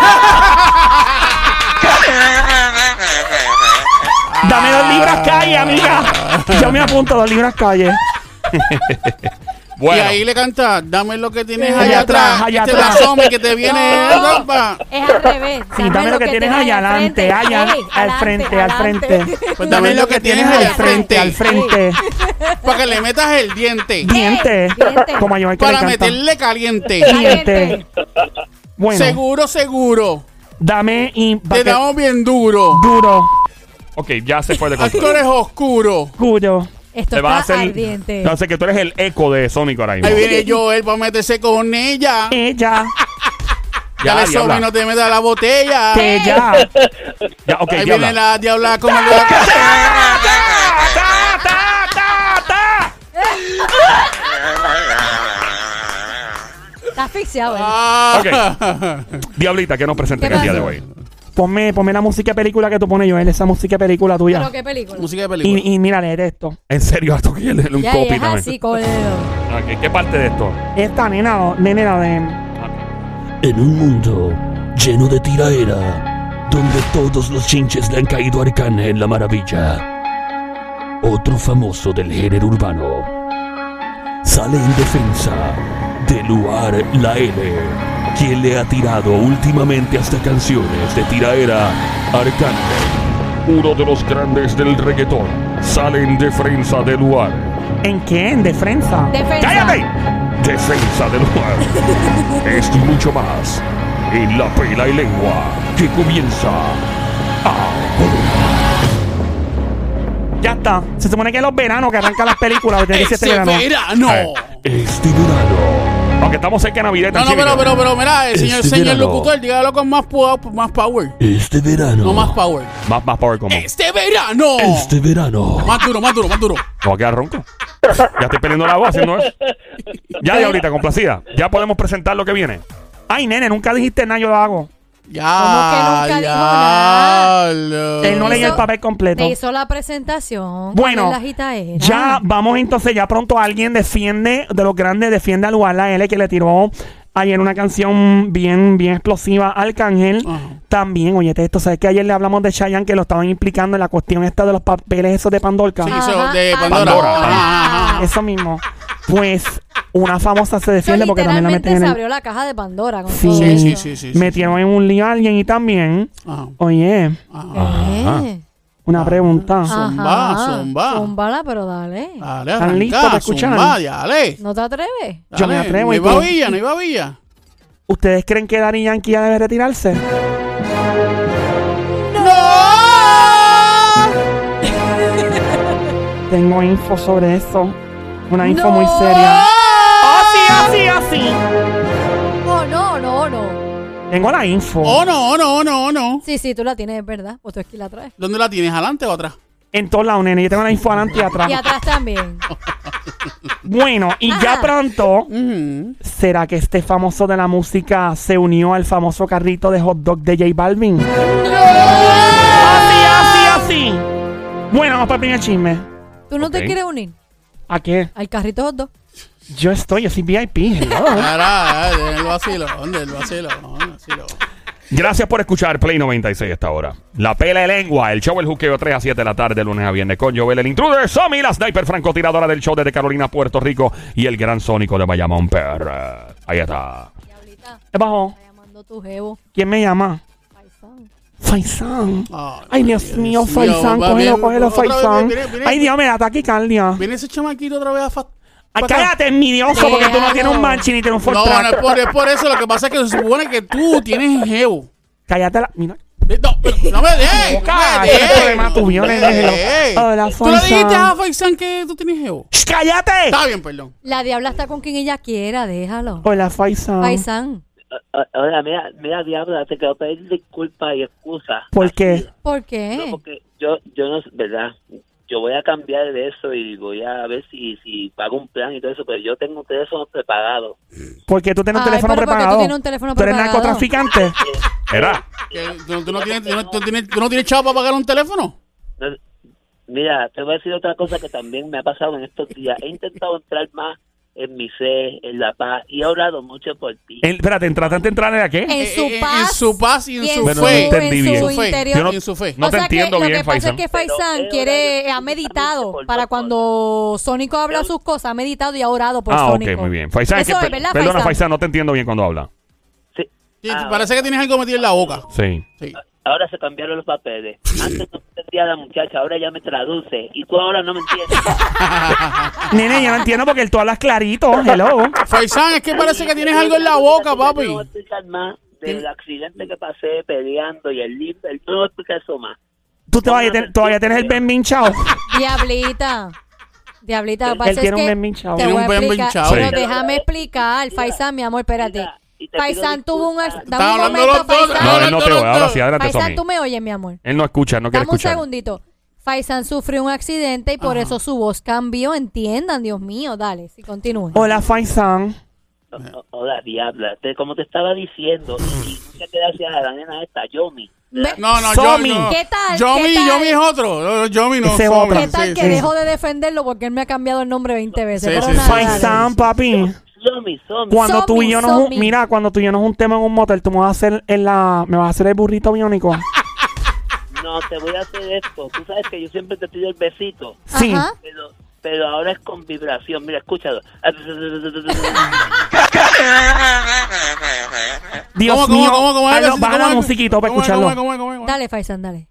[SPEAKER 2] Dame dos libras calle, amiga. Yo me apunto dos libras calle.
[SPEAKER 3] Y
[SPEAKER 1] Bueno,
[SPEAKER 3] ahí le canta, dame lo que tienes
[SPEAKER 2] Allá
[SPEAKER 3] allá
[SPEAKER 2] atrás,
[SPEAKER 3] atrás.
[SPEAKER 2] allá
[SPEAKER 3] Este
[SPEAKER 2] atrás.
[SPEAKER 3] brazón que te viene
[SPEAKER 4] No.
[SPEAKER 3] ropa.
[SPEAKER 4] Es al revés.
[SPEAKER 2] Sí, dame lo que tienes allá adelante, allá,
[SPEAKER 4] Ey,
[SPEAKER 2] al frente, al frente.
[SPEAKER 3] Pues dame lo que tienes
[SPEAKER 2] al
[SPEAKER 3] allá
[SPEAKER 2] frente, al frente.
[SPEAKER 3] Para que le metas el diente.
[SPEAKER 2] Diente.
[SPEAKER 4] diente.
[SPEAKER 2] Como a Joel que le
[SPEAKER 3] Para
[SPEAKER 2] encanta.
[SPEAKER 3] meterle caliente.
[SPEAKER 2] Diente. Bueno,
[SPEAKER 3] Seguro, seguro.
[SPEAKER 2] dame y
[SPEAKER 3] Te damos bien duro.
[SPEAKER 2] duro,
[SPEAKER 1] ok, ya se fue de control.
[SPEAKER 3] Actores oscuros.
[SPEAKER 2] duro.
[SPEAKER 4] Esto
[SPEAKER 1] Te van a
[SPEAKER 4] está
[SPEAKER 1] hacer.
[SPEAKER 4] ardiente.
[SPEAKER 1] No sé que tú eres el eco de Sonic ahora mismo.
[SPEAKER 3] Ahí viene Joel para meterse con ella.
[SPEAKER 2] Ella,
[SPEAKER 1] Ya,
[SPEAKER 3] Dale
[SPEAKER 1] diabla.
[SPEAKER 3] somi, no te metas la botella.
[SPEAKER 2] ella.
[SPEAKER 1] Ya, ok,
[SPEAKER 3] Ahí
[SPEAKER 1] diabla.
[SPEAKER 3] viene la diabla como la...
[SPEAKER 1] Ta, ta, ta, ta.
[SPEAKER 4] Está asfixiado. ¿eh?
[SPEAKER 3] Ah.
[SPEAKER 1] Diablita, que nos presenta
[SPEAKER 4] ¿Qué
[SPEAKER 1] en el día de
[SPEAKER 4] pasó?
[SPEAKER 1] hoy.
[SPEAKER 2] Ponme, ponme la música de película que tú pones, Joel. Esa música de película
[SPEAKER 4] Pero
[SPEAKER 2] tuya.
[SPEAKER 4] qué película.
[SPEAKER 3] Música de película.
[SPEAKER 2] Y, y mira, leer esto.
[SPEAKER 1] En serio, esto que es un
[SPEAKER 4] Ya,
[SPEAKER 1] copy
[SPEAKER 4] es
[SPEAKER 1] también.
[SPEAKER 4] así, colero.
[SPEAKER 1] Ok, ¿Qué parte de esto?
[SPEAKER 2] Esta nena, o- nena de...
[SPEAKER 7] En un mundo lleno de tiraera, donde todos los chinches le han caído a Arcane en la maravilla, otro famoso del género urbano sale en defensa de Luar La L, quien le ha tirado últimamente hasta canciones de tiraera a Arcane. Uno de los grandes del reggaetón sale en defensa de Luar.
[SPEAKER 2] ¿En qué? ¿En defensa?
[SPEAKER 4] Defensa.
[SPEAKER 1] ¡Cállate!
[SPEAKER 7] Defensa del lugar. es mucho más en la pela y lengua que comienza ahora.
[SPEAKER 2] Ya está. Se supone que es los veranos que arrancan las películas. Tiene que ser este
[SPEAKER 3] Ese
[SPEAKER 2] verano.
[SPEAKER 3] verano.
[SPEAKER 1] Eh.
[SPEAKER 7] Este verano,
[SPEAKER 1] Aunque estamos cerca de Navidad.
[SPEAKER 3] Oh. No, no,
[SPEAKER 1] tranquilo.
[SPEAKER 3] pero, pero, pero, mira, el señor,
[SPEAKER 7] Este
[SPEAKER 3] señor
[SPEAKER 7] verano.
[SPEAKER 3] locutor, dígalo con más, pu- más power.
[SPEAKER 7] este verano,
[SPEAKER 3] No más power.
[SPEAKER 1] Más, más power común.
[SPEAKER 3] Este verano.
[SPEAKER 7] este verano,
[SPEAKER 3] Más duro, más duro, más duro.
[SPEAKER 1] Me voy a quedar ronco. Ya estoy perdiendo la voz haciendo eso. Ya, Diablita, complacida. Ya podemos presentar lo que viene.
[SPEAKER 2] Ay, nene, nunca dijiste nada, yo lo hago.
[SPEAKER 3] Ya,
[SPEAKER 4] que nunca dijo
[SPEAKER 3] ya.
[SPEAKER 4] nada?
[SPEAKER 2] Él no
[SPEAKER 4] Eso-
[SPEAKER 2] leyó el papel completo.
[SPEAKER 4] Te hizo la presentación.
[SPEAKER 2] Bueno,
[SPEAKER 4] con la gitaera.
[SPEAKER 2] ya vamos entonces, ya pronto alguien defiende, de los grandes, defiende a Lugar la L que le tiró ayer una canción bien, bien explosiva al Arcángel.
[SPEAKER 3] Ajá.
[SPEAKER 2] También, oye, esto, ¿sabes que ayer le hablamos de Chayanne que lo estaban implicando en la cuestión esta de los papeles esos de Pandorca?
[SPEAKER 3] Sí,
[SPEAKER 4] Ajá,
[SPEAKER 3] eso, de
[SPEAKER 4] Pandora.
[SPEAKER 3] Pandora.
[SPEAKER 1] Pandora.
[SPEAKER 3] Ajá, ajá, ajá.
[SPEAKER 2] Eso mismo. Pues una famosa se
[SPEAKER 4] Eso
[SPEAKER 2] defiende porque también la
[SPEAKER 4] literalmente
[SPEAKER 2] meten en
[SPEAKER 4] se
[SPEAKER 2] el...
[SPEAKER 4] abrió la caja de Pandora con
[SPEAKER 2] Sí.
[SPEAKER 4] todo
[SPEAKER 2] Sí,
[SPEAKER 4] eso.
[SPEAKER 2] sí,
[SPEAKER 3] sí.
[SPEAKER 2] Metieron en un lío a alguien y también,
[SPEAKER 3] Ajá.
[SPEAKER 2] oye,
[SPEAKER 4] Eh,
[SPEAKER 2] una pregunta.
[SPEAKER 4] Ah.
[SPEAKER 3] Zumba,
[SPEAKER 4] ajá.
[SPEAKER 3] zumba. Ah.
[SPEAKER 4] Zúmbala, pero dale.
[SPEAKER 3] Dale,
[SPEAKER 2] ¿Están
[SPEAKER 3] arranca,
[SPEAKER 2] listos para escuchar?
[SPEAKER 3] zumba, dale.
[SPEAKER 4] ¿No te atreves?
[SPEAKER 2] Yo me
[SPEAKER 3] Dale,
[SPEAKER 2] atrevo,
[SPEAKER 3] No
[SPEAKER 2] ¿y
[SPEAKER 3] iba
[SPEAKER 2] tú?
[SPEAKER 3] a Villa, no iba a Villa.
[SPEAKER 2] ¿Ustedes creen que Daddy Yankee ya debe retirarse?
[SPEAKER 3] ¡No!
[SPEAKER 2] Tengo info sobre eso. Una info muy seria. ¡Oh, sí, oh, sí, oh, sí!
[SPEAKER 4] No, no, no, no.
[SPEAKER 2] Tengo la info.
[SPEAKER 3] Oh, no, oh, no, oh, no, oh, no.
[SPEAKER 4] Sí, sí, tú la tienes, es verdad. Pues tú es que la traes.
[SPEAKER 3] ¿Dónde la tienes? ¿Adelante o atrás?
[SPEAKER 2] En todos lados, nene. Yo tengo la info adelante y atrás.
[SPEAKER 4] Y atrás también.
[SPEAKER 2] Bueno, y ya
[SPEAKER 4] Ajá.
[SPEAKER 2] pronto,
[SPEAKER 3] Mm. Ujú.
[SPEAKER 2] ¿será que este famoso de la música se unió al famoso carrito de hot dog de J Balvin? Ah, ¡Así, así, así! Bueno, vamos para el primer chisme.
[SPEAKER 4] ¿Tú no
[SPEAKER 1] Ok.
[SPEAKER 4] te quieres unir
[SPEAKER 2] ¿A qué?
[SPEAKER 4] al carrito hot dog?
[SPEAKER 2] Yo estoy, yo soy VIP. hello.
[SPEAKER 3] Ahora, eh, el vacilón, el vacilón, el vacilón.
[SPEAKER 1] Gracias por escuchar Play 96 hasta ahora. La pela de lengua, el show El Juqueo 3 a 7 de la tarde, lunes a viernes con Joel el Intruder, Somi, la sniper francotiradora del show desde Carolina, Puerto Rico y el gran sónico de Bayamón Perra. Ahí está.
[SPEAKER 4] Diablita,
[SPEAKER 2] ¿Qué pasó?
[SPEAKER 4] está llamando tu jevo.
[SPEAKER 2] ¿Quién me llama?
[SPEAKER 4] paisano.
[SPEAKER 2] Faisán.
[SPEAKER 3] Ay,
[SPEAKER 2] Ay, Dios mío, Faisán.
[SPEAKER 3] va,
[SPEAKER 2] Cógelo,
[SPEAKER 3] viene-
[SPEAKER 2] cógelo,
[SPEAKER 3] otra vez,
[SPEAKER 2] Faisán.
[SPEAKER 3] viene- viene-
[SPEAKER 2] Ay, Dios, me da taquicardia.
[SPEAKER 3] Viene ese chamaquito otra vez a fa-
[SPEAKER 2] Ay,
[SPEAKER 3] pa' acá.
[SPEAKER 2] cállate, envidioso, porque tú no tienes un manchi ni tienes un
[SPEAKER 3] No, no es
[SPEAKER 2] Fortrack.
[SPEAKER 3] por, es por eso. Lo que pasa es que se supone que tú tienes geo.
[SPEAKER 2] Cállate la... Mira.
[SPEAKER 3] Eh, No, pero no me dejes.
[SPEAKER 2] Boca,
[SPEAKER 3] no me
[SPEAKER 2] ese
[SPEAKER 3] dejes,
[SPEAKER 2] problema
[SPEAKER 3] no
[SPEAKER 2] tuyo,
[SPEAKER 3] me
[SPEAKER 2] nene, déjelo.
[SPEAKER 3] dejes.
[SPEAKER 2] Hola,
[SPEAKER 3] Tú le
[SPEAKER 2] Faisán.
[SPEAKER 3] dijiste a Faisán que tú tienes geo.
[SPEAKER 2] ¡Shh, ¡Cállate!
[SPEAKER 3] Está bien, perdón.
[SPEAKER 4] La diabla está con quien ella quiera, déjalo.
[SPEAKER 2] Hola,
[SPEAKER 1] Ah.
[SPEAKER 2] Faisán.
[SPEAKER 4] Paisán,
[SPEAKER 8] O- Hola, mira, mira, diablo, te quiero pedir disculpas y excusas.
[SPEAKER 2] ¿Por qué?
[SPEAKER 4] ¿por
[SPEAKER 8] No,
[SPEAKER 4] qué?
[SPEAKER 8] porque yo, yo no, ¿verdad? Yo voy a cambiar de eso y voy a ver si, si pago un plan y todo eso, pero yo tengo un teléfono preparado.
[SPEAKER 2] Porque tú tienes un
[SPEAKER 4] Ay,
[SPEAKER 2] teléfono
[SPEAKER 4] pero porque tú
[SPEAKER 2] preparado.
[SPEAKER 4] tienes un teléfono
[SPEAKER 2] ¿Tú eres
[SPEAKER 4] preparado.
[SPEAKER 2] narcotraficante.
[SPEAKER 1] Era.
[SPEAKER 3] Que Tú, tú no tienes, tú, no, tú tienes, tú no tienes chavo para pagar un teléfono.
[SPEAKER 8] No- mira, te voy a decir otra cosa que también me ha pasado en estos días. He intentado entrar más en mi ser, en la paz, y he orado mucho por ti.
[SPEAKER 1] El- espérate, ¿trataste de entrar en la qué?
[SPEAKER 4] En
[SPEAKER 3] Eh,
[SPEAKER 4] su
[SPEAKER 3] eh,
[SPEAKER 4] paz.
[SPEAKER 3] en su paz y en su
[SPEAKER 1] Bueno, no
[SPEAKER 3] fe.
[SPEAKER 1] entendí
[SPEAKER 4] en
[SPEAKER 1] bien.
[SPEAKER 4] su
[SPEAKER 3] En su fe.
[SPEAKER 4] interior.
[SPEAKER 1] Yo no-
[SPEAKER 3] Y en su fe.
[SPEAKER 1] No
[SPEAKER 4] o
[SPEAKER 1] te
[SPEAKER 4] sea
[SPEAKER 1] entiendo
[SPEAKER 4] que lo
[SPEAKER 1] bien,
[SPEAKER 4] que pasa
[SPEAKER 1] Faisán.
[SPEAKER 4] es que Faisán
[SPEAKER 8] Pero he
[SPEAKER 4] quiere, eh,
[SPEAKER 8] orado
[SPEAKER 4] ha meditado
[SPEAKER 8] por
[SPEAKER 4] para
[SPEAKER 8] dos
[SPEAKER 4] cuando Sónico habla sus cosas, ha meditado y ha orado por
[SPEAKER 1] Ah, ok,
[SPEAKER 4] Sónico.
[SPEAKER 1] muy bien. Faisán,
[SPEAKER 4] Eso
[SPEAKER 1] es que-
[SPEAKER 4] es, ¿verdad,
[SPEAKER 1] perdona,
[SPEAKER 4] Faisán?
[SPEAKER 1] Faisán, no te entiendo bien cuando habla.
[SPEAKER 8] Sí.
[SPEAKER 3] Sí,
[SPEAKER 8] Ah,
[SPEAKER 3] parece que tienes algo metido en la boca.
[SPEAKER 1] Sí.
[SPEAKER 3] Sí.
[SPEAKER 8] Ahora se cambiaron los papeles. Antes no entendía a la muchacha, ahora ya me traduce. Y tú ahora no me entiendes.
[SPEAKER 2] Nene, yo no entiendo porque tú hablas clarito. Hello.
[SPEAKER 3] Faisán, es que parece que tienes algo en la boca,
[SPEAKER 8] Yo
[SPEAKER 3] papi.
[SPEAKER 8] no voy a explicar más del accidente que pasé peleando y el limp, el, no voy a explicar eso más.
[SPEAKER 2] Tú te vas a tener- todavía tienes el Ben Minchao.
[SPEAKER 4] Diablita. Diablita, lo que pasa
[SPEAKER 2] Él
[SPEAKER 4] es
[SPEAKER 2] tiene un
[SPEAKER 4] que
[SPEAKER 2] Ben Minchao.
[SPEAKER 4] te
[SPEAKER 3] Tiene
[SPEAKER 4] voy a
[SPEAKER 3] un Ben
[SPEAKER 4] explicar,
[SPEAKER 3] Minchao.
[SPEAKER 4] pero
[SPEAKER 1] Sí.
[SPEAKER 4] déjame explicar, Faisán, mi amor, espérate.
[SPEAKER 8] Mira, y te pido
[SPEAKER 4] Faisán tuvo un...
[SPEAKER 8] disculpas.
[SPEAKER 4] Dame un
[SPEAKER 3] hablando
[SPEAKER 4] momento,
[SPEAKER 3] los dos.
[SPEAKER 4] Faisán.
[SPEAKER 1] No, él no te oye. Ahora sí, adelante,
[SPEAKER 4] Faisán,
[SPEAKER 1] Somi.
[SPEAKER 4] tú me oyes, mi amor.
[SPEAKER 1] Él no escucha, no quiere
[SPEAKER 4] Dame un
[SPEAKER 1] escuchar.
[SPEAKER 4] segundito. Faisán sufrió un accidente y por eso su voz cambió. Entiendan, Dios mío. Dale, si continúen.
[SPEAKER 2] Hola, Faisán.
[SPEAKER 3] Ah.
[SPEAKER 8] O- o- Hola, diabla. Te- como te estaba diciendo, y muchas gracias a la nena esta, Yomi.
[SPEAKER 4] Ve-
[SPEAKER 3] No, no,
[SPEAKER 2] Somi.
[SPEAKER 3] yo. No.
[SPEAKER 4] ¿Qué tal?
[SPEAKER 3] Yomi,
[SPEAKER 4] ¿Qué tal?
[SPEAKER 3] Yomi es otro. No, no, Yomi no.
[SPEAKER 2] Ese es
[SPEAKER 3] Somi,
[SPEAKER 2] otro.
[SPEAKER 4] ¿Qué tal
[SPEAKER 3] sí,
[SPEAKER 4] que
[SPEAKER 3] sí.
[SPEAKER 4] dejó de defenderlo porque él me ha cambiado el nombre 20 veces?
[SPEAKER 3] Sí,
[SPEAKER 4] Pero
[SPEAKER 3] sí,
[SPEAKER 4] nada,
[SPEAKER 3] sí.
[SPEAKER 4] dale.
[SPEAKER 2] Faisán, papi.
[SPEAKER 8] Yomi, Somi.
[SPEAKER 2] Cuando tú y
[SPEAKER 4] Somi,
[SPEAKER 2] yo nos
[SPEAKER 4] somi.
[SPEAKER 2] mira, cuando tú y yo nos juntemos en un motel, tú me vas a hacer en la, me vas a hacer el burrito biónico.
[SPEAKER 8] No, te voy a hacer esto. Tú sabes que yo siempre te pido el besito,
[SPEAKER 2] Sí.
[SPEAKER 4] Ajá.
[SPEAKER 8] pero, pero ahora es con vibración. Mira, escúchalo.
[SPEAKER 2] Dios
[SPEAKER 3] ¿Cómo, cómo,
[SPEAKER 2] mío.
[SPEAKER 3] cómo, cómo es?
[SPEAKER 2] Hazlo,
[SPEAKER 3] Sí,
[SPEAKER 2] baja
[SPEAKER 3] ¿cómo
[SPEAKER 2] la
[SPEAKER 3] es?
[SPEAKER 2] musiquita para
[SPEAKER 3] ¿Cómo es,
[SPEAKER 2] escucharlo.
[SPEAKER 3] cómo es, cómo es, cómo es?
[SPEAKER 4] Dale, Faisán, dale.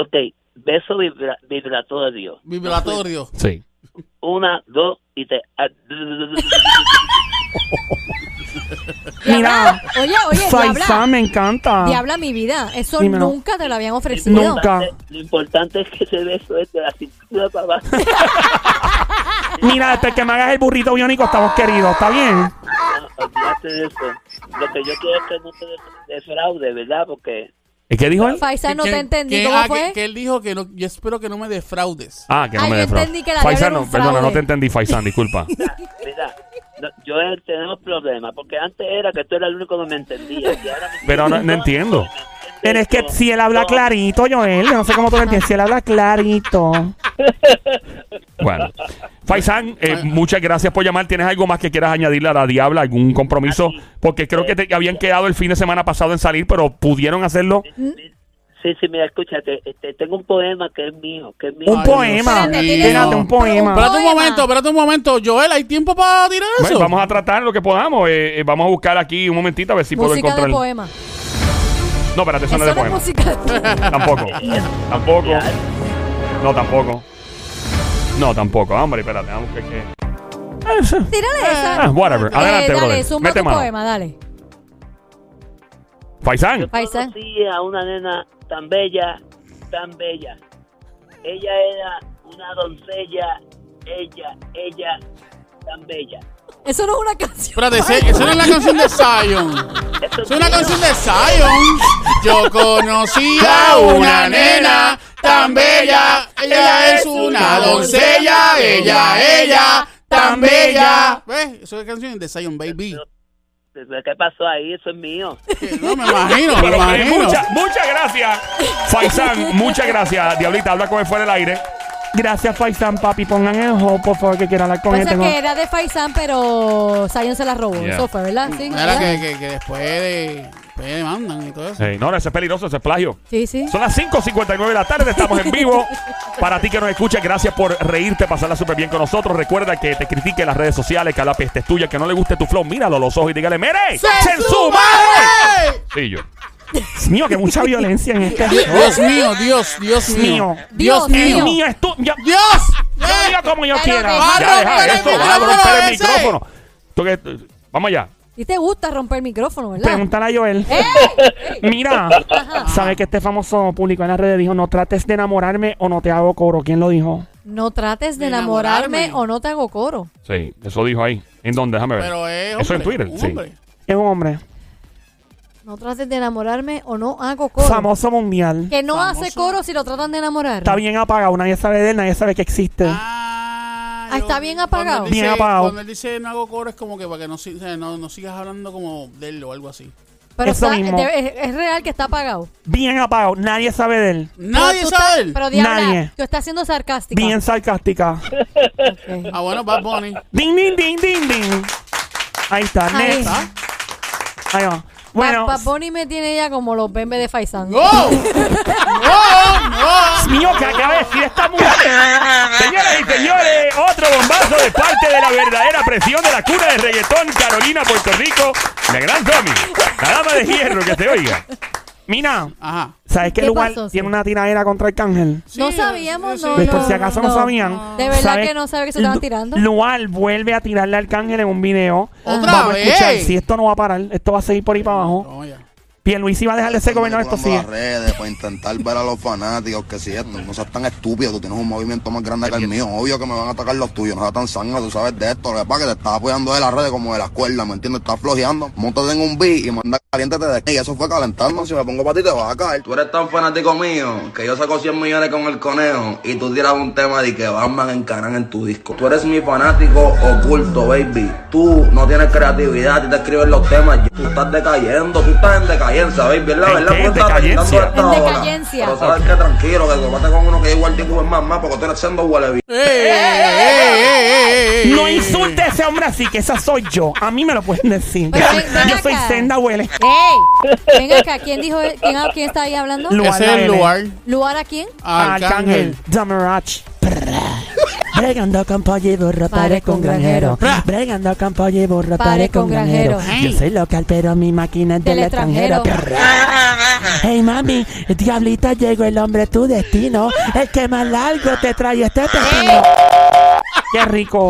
[SPEAKER 8] ok, beso vibra- vibratorio.
[SPEAKER 3] Vibratorio.
[SPEAKER 1] Sí.
[SPEAKER 8] Una, dos y te... ah,
[SPEAKER 2] Mira.
[SPEAKER 4] Diabla, Oye, oye, diabla.
[SPEAKER 2] Faisán, me encanta.
[SPEAKER 4] Diabla, mi vida. Eso
[SPEAKER 2] Dímelo.
[SPEAKER 4] nunca te lo habían ofrecido.
[SPEAKER 2] Nunca.
[SPEAKER 8] Lo importante es que ese beso es de la cintura para abajo.
[SPEAKER 2] Mira, después que me hagas el burrito biónico
[SPEAKER 4] Ah.
[SPEAKER 2] estamos queridos, ¿está bien?
[SPEAKER 8] No, Ah, olvídate de eso. Lo que yo quiero es que no te des- defraude, ¿verdad? Porque
[SPEAKER 1] ¿Y qué dijo él?
[SPEAKER 4] Faisán, no
[SPEAKER 3] Que-
[SPEAKER 4] te entendí.
[SPEAKER 3] que-
[SPEAKER 4] ¿Cómo
[SPEAKER 3] ah,
[SPEAKER 4] fue?
[SPEAKER 3] Que, que él dijo que no, yo espero que no me defraudes.
[SPEAKER 1] Ah, que no
[SPEAKER 4] Ay,
[SPEAKER 1] me
[SPEAKER 4] yo
[SPEAKER 1] defraude.
[SPEAKER 4] entendí que la diabla
[SPEAKER 1] Faisán,
[SPEAKER 4] era
[SPEAKER 1] no,
[SPEAKER 4] un
[SPEAKER 1] perdona, no
[SPEAKER 4] fraude.
[SPEAKER 1] te entendí, Faisán, disculpa.
[SPEAKER 8] Mira, no, yo eh, tenemos problemas, porque antes era que tú eras el único que me entendía. y ahora me-
[SPEAKER 1] Pero no- no entiendo.
[SPEAKER 2] Pero es que si él habla
[SPEAKER 8] No,
[SPEAKER 2] clarito, Joel, yo no sé cómo tú lo entiendes, si él habla clarito.
[SPEAKER 1] Bueno, Faisán, eh, muchas gracias por llamar. ¿Tienes algo más que quieras añadirle a la Diabla? ¿Algún compromiso? Porque creo que te- habían quedado el fin de semana pasado en salir, pero pudieron hacerlo.
[SPEAKER 8] sí, Sí, sí, mira, escúchate, este, tengo un poema que es mío, que es mío.
[SPEAKER 2] Un
[SPEAKER 8] Ay,
[SPEAKER 2] poema.
[SPEAKER 4] Espérate, tienes
[SPEAKER 2] Espérate, un
[SPEAKER 4] un
[SPEAKER 2] poema.
[SPEAKER 4] poema.
[SPEAKER 3] Espérate un momento, espérate un momento. Joel, ¿hay tiempo para tirar eso?
[SPEAKER 1] Bueno, vamos a tratar lo que podamos. eh, eh, vamos a buscar aquí un momentito a ver si puedo
[SPEAKER 4] música
[SPEAKER 1] encontrar.
[SPEAKER 4] de poema.
[SPEAKER 1] No, espérate, eso no
[SPEAKER 4] Eso no
[SPEAKER 1] es de
[SPEAKER 4] es
[SPEAKER 1] poema.
[SPEAKER 4] música de poema.
[SPEAKER 1] Tampoco. tampoco.
[SPEAKER 8] Ya,
[SPEAKER 1] No, tampoco. No, tampoco. Ah, Hombre, espérate. Vamos que, que...
[SPEAKER 4] Tírale esa.
[SPEAKER 1] Ah, whatever.
[SPEAKER 4] Eh,
[SPEAKER 1] Adelante,
[SPEAKER 4] dale,
[SPEAKER 1] brother.
[SPEAKER 4] zumba
[SPEAKER 1] Mete
[SPEAKER 4] tu
[SPEAKER 1] mano.
[SPEAKER 4] poema, dale.
[SPEAKER 1] Faisán.
[SPEAKER 4] Paisa.
[SPEAKER 8] conocí a una nena tan bella, tan bella. Ella era una doncella, ella, ella, tan bella.
[SPEAKER 4] Eso no es una canción.
[SPEAKER 3] Espérate, ese- esa no es la canción de Zion.
[SPEAKER 8] Eso
[SPEAKER 3] Es una canción de Zion. Yo conocí a una nena tan bella. Ella es una doncella. Ella, ella, tan bella. ¿Ves? Eso es canción de Zion, baby.
[SPEAKER 8] ¿Qué pasó ahí? Eso es mío.
[SPEAKER 3] Que No, me imagino, me
[SPEAKER 1] Pero, eh,
[SPEAKER 3] imagino.
[SPEAKER 1] muchas, muchas gracias. Faisán, muchas gracias. Diablita, habla con él fuera del aire.
[SPEAKER 2] Gracias, Faisán, papi. Pongan el ojo, por favor, que quiero hablar con él.
[SPEAKER 4] Pasa
[SPEAKER 2] Tengo-
[SPEAKER 4] Pues que era de Faisán, pero Zion se la robó.
[SPEAKER 1] Yeah.
[SPEAKER 4] Eso fue, ¿verdad? Sí,
[SPEAKER 3] Mira
[SPEAKER 4] ¿verdad?
[SPEAKER 3] que, que, que después de... Después de mandan y todo eso.
[SPEAKER 1] Sí, no, no, ese es peligroso, ese es plagio.
[SPEAKER 4] sí. sí.
[SPEAKER 1] Son las 5.59 de la tarde, estamos en vivo. Para ti que nos escuchas, gracias por reírte, pasarla súper bien con nosotros. Recuerda que te critique en las redes sociales, que la peste es tuya, que no le guste tu flow. Míralo a los ojos y dígale, mire, ¡Se su madre! Sí, yo.
[SPEAKER 2] Dios mío, que mucha violencia en este
[SPEAKER 3] Di- Dios mío, Dios, Dios mío. Dios
[SPEAKER 4] Dios
[SPEAKER 3] mío.
[SPEAKER 2] El mío es tu. Yo, yo
[SPEAKER 3] Dios.
[SPEAKER 2] digo como yo
[SPEAKER 4] Claro
[SPEAKER 2] quiera.
[SPEAKER 4] que
[SPEAKER 3] Va a
[SPEAKER 1] Ya deja
[SPEAKER 3] romper el
[SPEAKER 1] eso, va a
[SPEAKER 3] micrófono
[SPEAKER 1] romper el
[SPEAKER 3] ese.
[SPEAKER 1] micrófono. Tú que- Vamos allá.
[SPEAKER 4] Y te gusta romper el micrófono, ¿verdad?
[SPEAKER 2] Pregúntale a Joel.
[SPEAKER 4] Eh.
[SPEAKER 2] Mira, ¿sabe que este famoso publicó en las redes? Dijo: No trates de enamorarme o no te hago coro. ¿Quién lo dijo?
[SPEAKER 4] No trates de
[SPEAKER 3] De
[SPEAKER 4] enamorarme,
[SPEAKER 3] enamorarme.
[SPEAKER 4] o no te hago coro.
[SPEAKER 1] Sí, eso dijo ahí. ¿En dónde? Déjame ver.
[SPEAKER 3] Pero es hombre,
[SPEAKER 1] eso en Twitter,
[SPEAKER 3] un
[SPEAKER 1] sí.
[SPEAKER 3] hombre.
[SPEAKER 2] Es un hombre
[SPEAKER 4] No trates de enamorarme o no hago coro.
[SPEAKER 2] famoso mundial.
[SPEAKER 4] que no hace coro si lo tratan de enamorar.
[SPEAKER 2] Está bien apagado, nadie sabe de él, nadie sabe que existe.
[SPEAKER 3] Ah,
[SPEAKER 4] Ah,
[SPEAKER 3] yo-
[SPEAKER 4] está bien
[SPEAKER 3] cuando él
[SPEAKER 4] apagado.
[SPEAKER 3] dice-
[SPEAKER 2] Bien apagado.
[SPEAKER 3] Cuando él dice no hago coro es como que para que no, si- o sea, no, no sigas hablando como de él o algo así.
[SPEAKER 4] pero
[SPEAKER 2] eso
[SPEAKER 4] está-
[SPEAKER 2] mismo.
[SPEAKER 4] de- es, es real que está apagado.
[SPEAKER 2] Bien apagado, nadie sabe de él.
[SPEAKER 3] Nadie
[SPEAKER 4] Pero tú
[SPEAKER 3] sabe
[SPEAKER 4] estás-
[SPEAKER 3] de él.
[SPEAKER 4] Pero Diabla,
[SPEAKER 2] Nadie.
[SPEAKER 4] tú estás siendo sarcástica.
[SPEAKER 2] Bien sarcástica.
[SPEAKER 4] Ok.
[SPEAKER 3] Ah, bueno, Bad Bunny.
[SPEAKER 2] Ding, ding, ding, ding, ding. Ahí está,
[SPEAKER 4] Ahí.
[SPEAKER 2] next. Ahí va. Bueno,
[SPEAKER 4] Pa- Bad Bunny me tiene ya como los bembes de Faisán.
[SPEAKER 3] ¡No! ¡No!
[SPEAKER 2] Dios mío, que acaba de decir esta mujer.
[SPEAKER 1] Señoras y señores, otro bombazo de parte de la verdadera presión de la cura de reggaetón Carolina, Puerto Rico, la gran Tommy, la dama de hierro que te oiga.
[SPEAKER 2] Mira,
[SPEAKER 3] Ajá.
[SPEAKER 2] ¿sabes qué,
[SPEAKER 4] ¿Qué
[SPEAKER 2] lugar
[SPEAKER 4] pasó, sí?
[SPEAKER 2] tiene una tiradera contra el cángel?
[SPEAKER 3] Sí,
[SPEAKER 4] no sabíamos,
[SPEAKER 3] sí,
[SPEAKER 4] no,
[SPEAKER 3] sí.
[SPEAKER 2] Pues por
[SPEAKER 4] no,
[SPEAKER 2] si acaso no, sabían.
[SPEAKER 4] De verdad
[SPEAKER 2] ¿sabes?
[SPEAKER 4] que no sabía que se estaban
[SPEAKER 2] Lu-
[SPEAKER 4] tirando.
[SPEAKER 2] Lual vuelve a tirarle al cángel en un video.
[SPEAKER 3] ¡Otra
[SPEAKER 2] Vamos a
[SPEAKER 3] vez!
[SPEAKER 2] escuchar. Si esto no va a parar, esto va a seguir por ahí para abajo.
[SPEAKER 3] Vamos allá.
[SPEAKER 2] Pierluisi va a dejarle ese gobierno, esto
[SPEAKER 9] Manipulando
[SPEAKER 2] sigue.
[SPEAKER 9] las redes para intentar ver a los fanáticos que si esto no seas tan estúpido, tú tienes un movimiento más grande que el mío, obvio que me van a atacar los tuyos, no seas tan sangre, tú sabes de esto, lo que pasa es que te estás apoyando de las redes como de las cuerdas, ¿me entiendes? Estás flojeando, montate en un beat y manda caliéntate de aquí, y eso fue calentando, si me pongo para ti te vas a caer.
[SPEAKER 5] Tú eres tan fanático mío que yo saco 100 millones con el conejo y tú tiras un tema de que Batman encaran en tu disco. Tú eres mi fanático oculto, baby. Tú no tienes creatividad, y te escribes los temas. Tú estás decayendo, tú estás en decadencia, baby. Es la
[SPEAKER 1] ¿En
[SPEAKER 5] verdad,
[SPEAKER 1] qué?
[SPEAKER 5] tú estás
[SPEAKER 1] ¿Decadencia?
[SPEAKER 5] reventando
[SPEAKER 4] En
[SPEAKER 5] esta ola.
[SPEAKER 4] decadencia.
[SPEAKER 5] Pero sabes que tranquilo, que te con uno que igual te es más más porque tú eres siendo huele bien.
[SPEAKER 3] ¡Ey, ey, ey, ey, ey!
[SPEAKER 2] No insulte a ese hombre así, que esa soy yo. A mí me lo pueden decir.
[SPEAKER 4] Pero ven- ven
[SPEAKER 2] Yo Pues soy
[SPEAKER 4] acá.
[SPEAKER 2] senda, huele.
[SPEAKER 4] ¡Ey! Ven acá, ¿quién dijo? ¿Quién, quién está ahí hablando?
[SPEAKER 2] Lu-
[SPEAKER 3] eh. Ese es el lugar.
[SPEAKER 4] ¿Lugar a quién?
[SPEAKER 3] Ah. Arcángel.
[SPEAKER 2] Damarach. Bregando campo y borra pared con granjero.
[SPEAKER 3] Pra.
[SPEAKER 2] Bregando campo y borra
[SPEAKER 4] Pared
[SPEAKER 2] pared con
[SPEAKER 4] con
[SPEAKER 2] granjero.
[SPEAKER 4] granjero.
[SPEAKER 2] Yo
[SPEAKER 3] Hey.
[SPEAKER 2] soy local, pero mi máquina es del
[SPEAKER 4] Del
[SPEAKER 2] extranjero.
[SPEAKER 4] extranjero.
[SPEAKER 2] Pra. Hey mami, diablita llegó el hombre tu destino. El que más largo te trae este destino. Qué rico.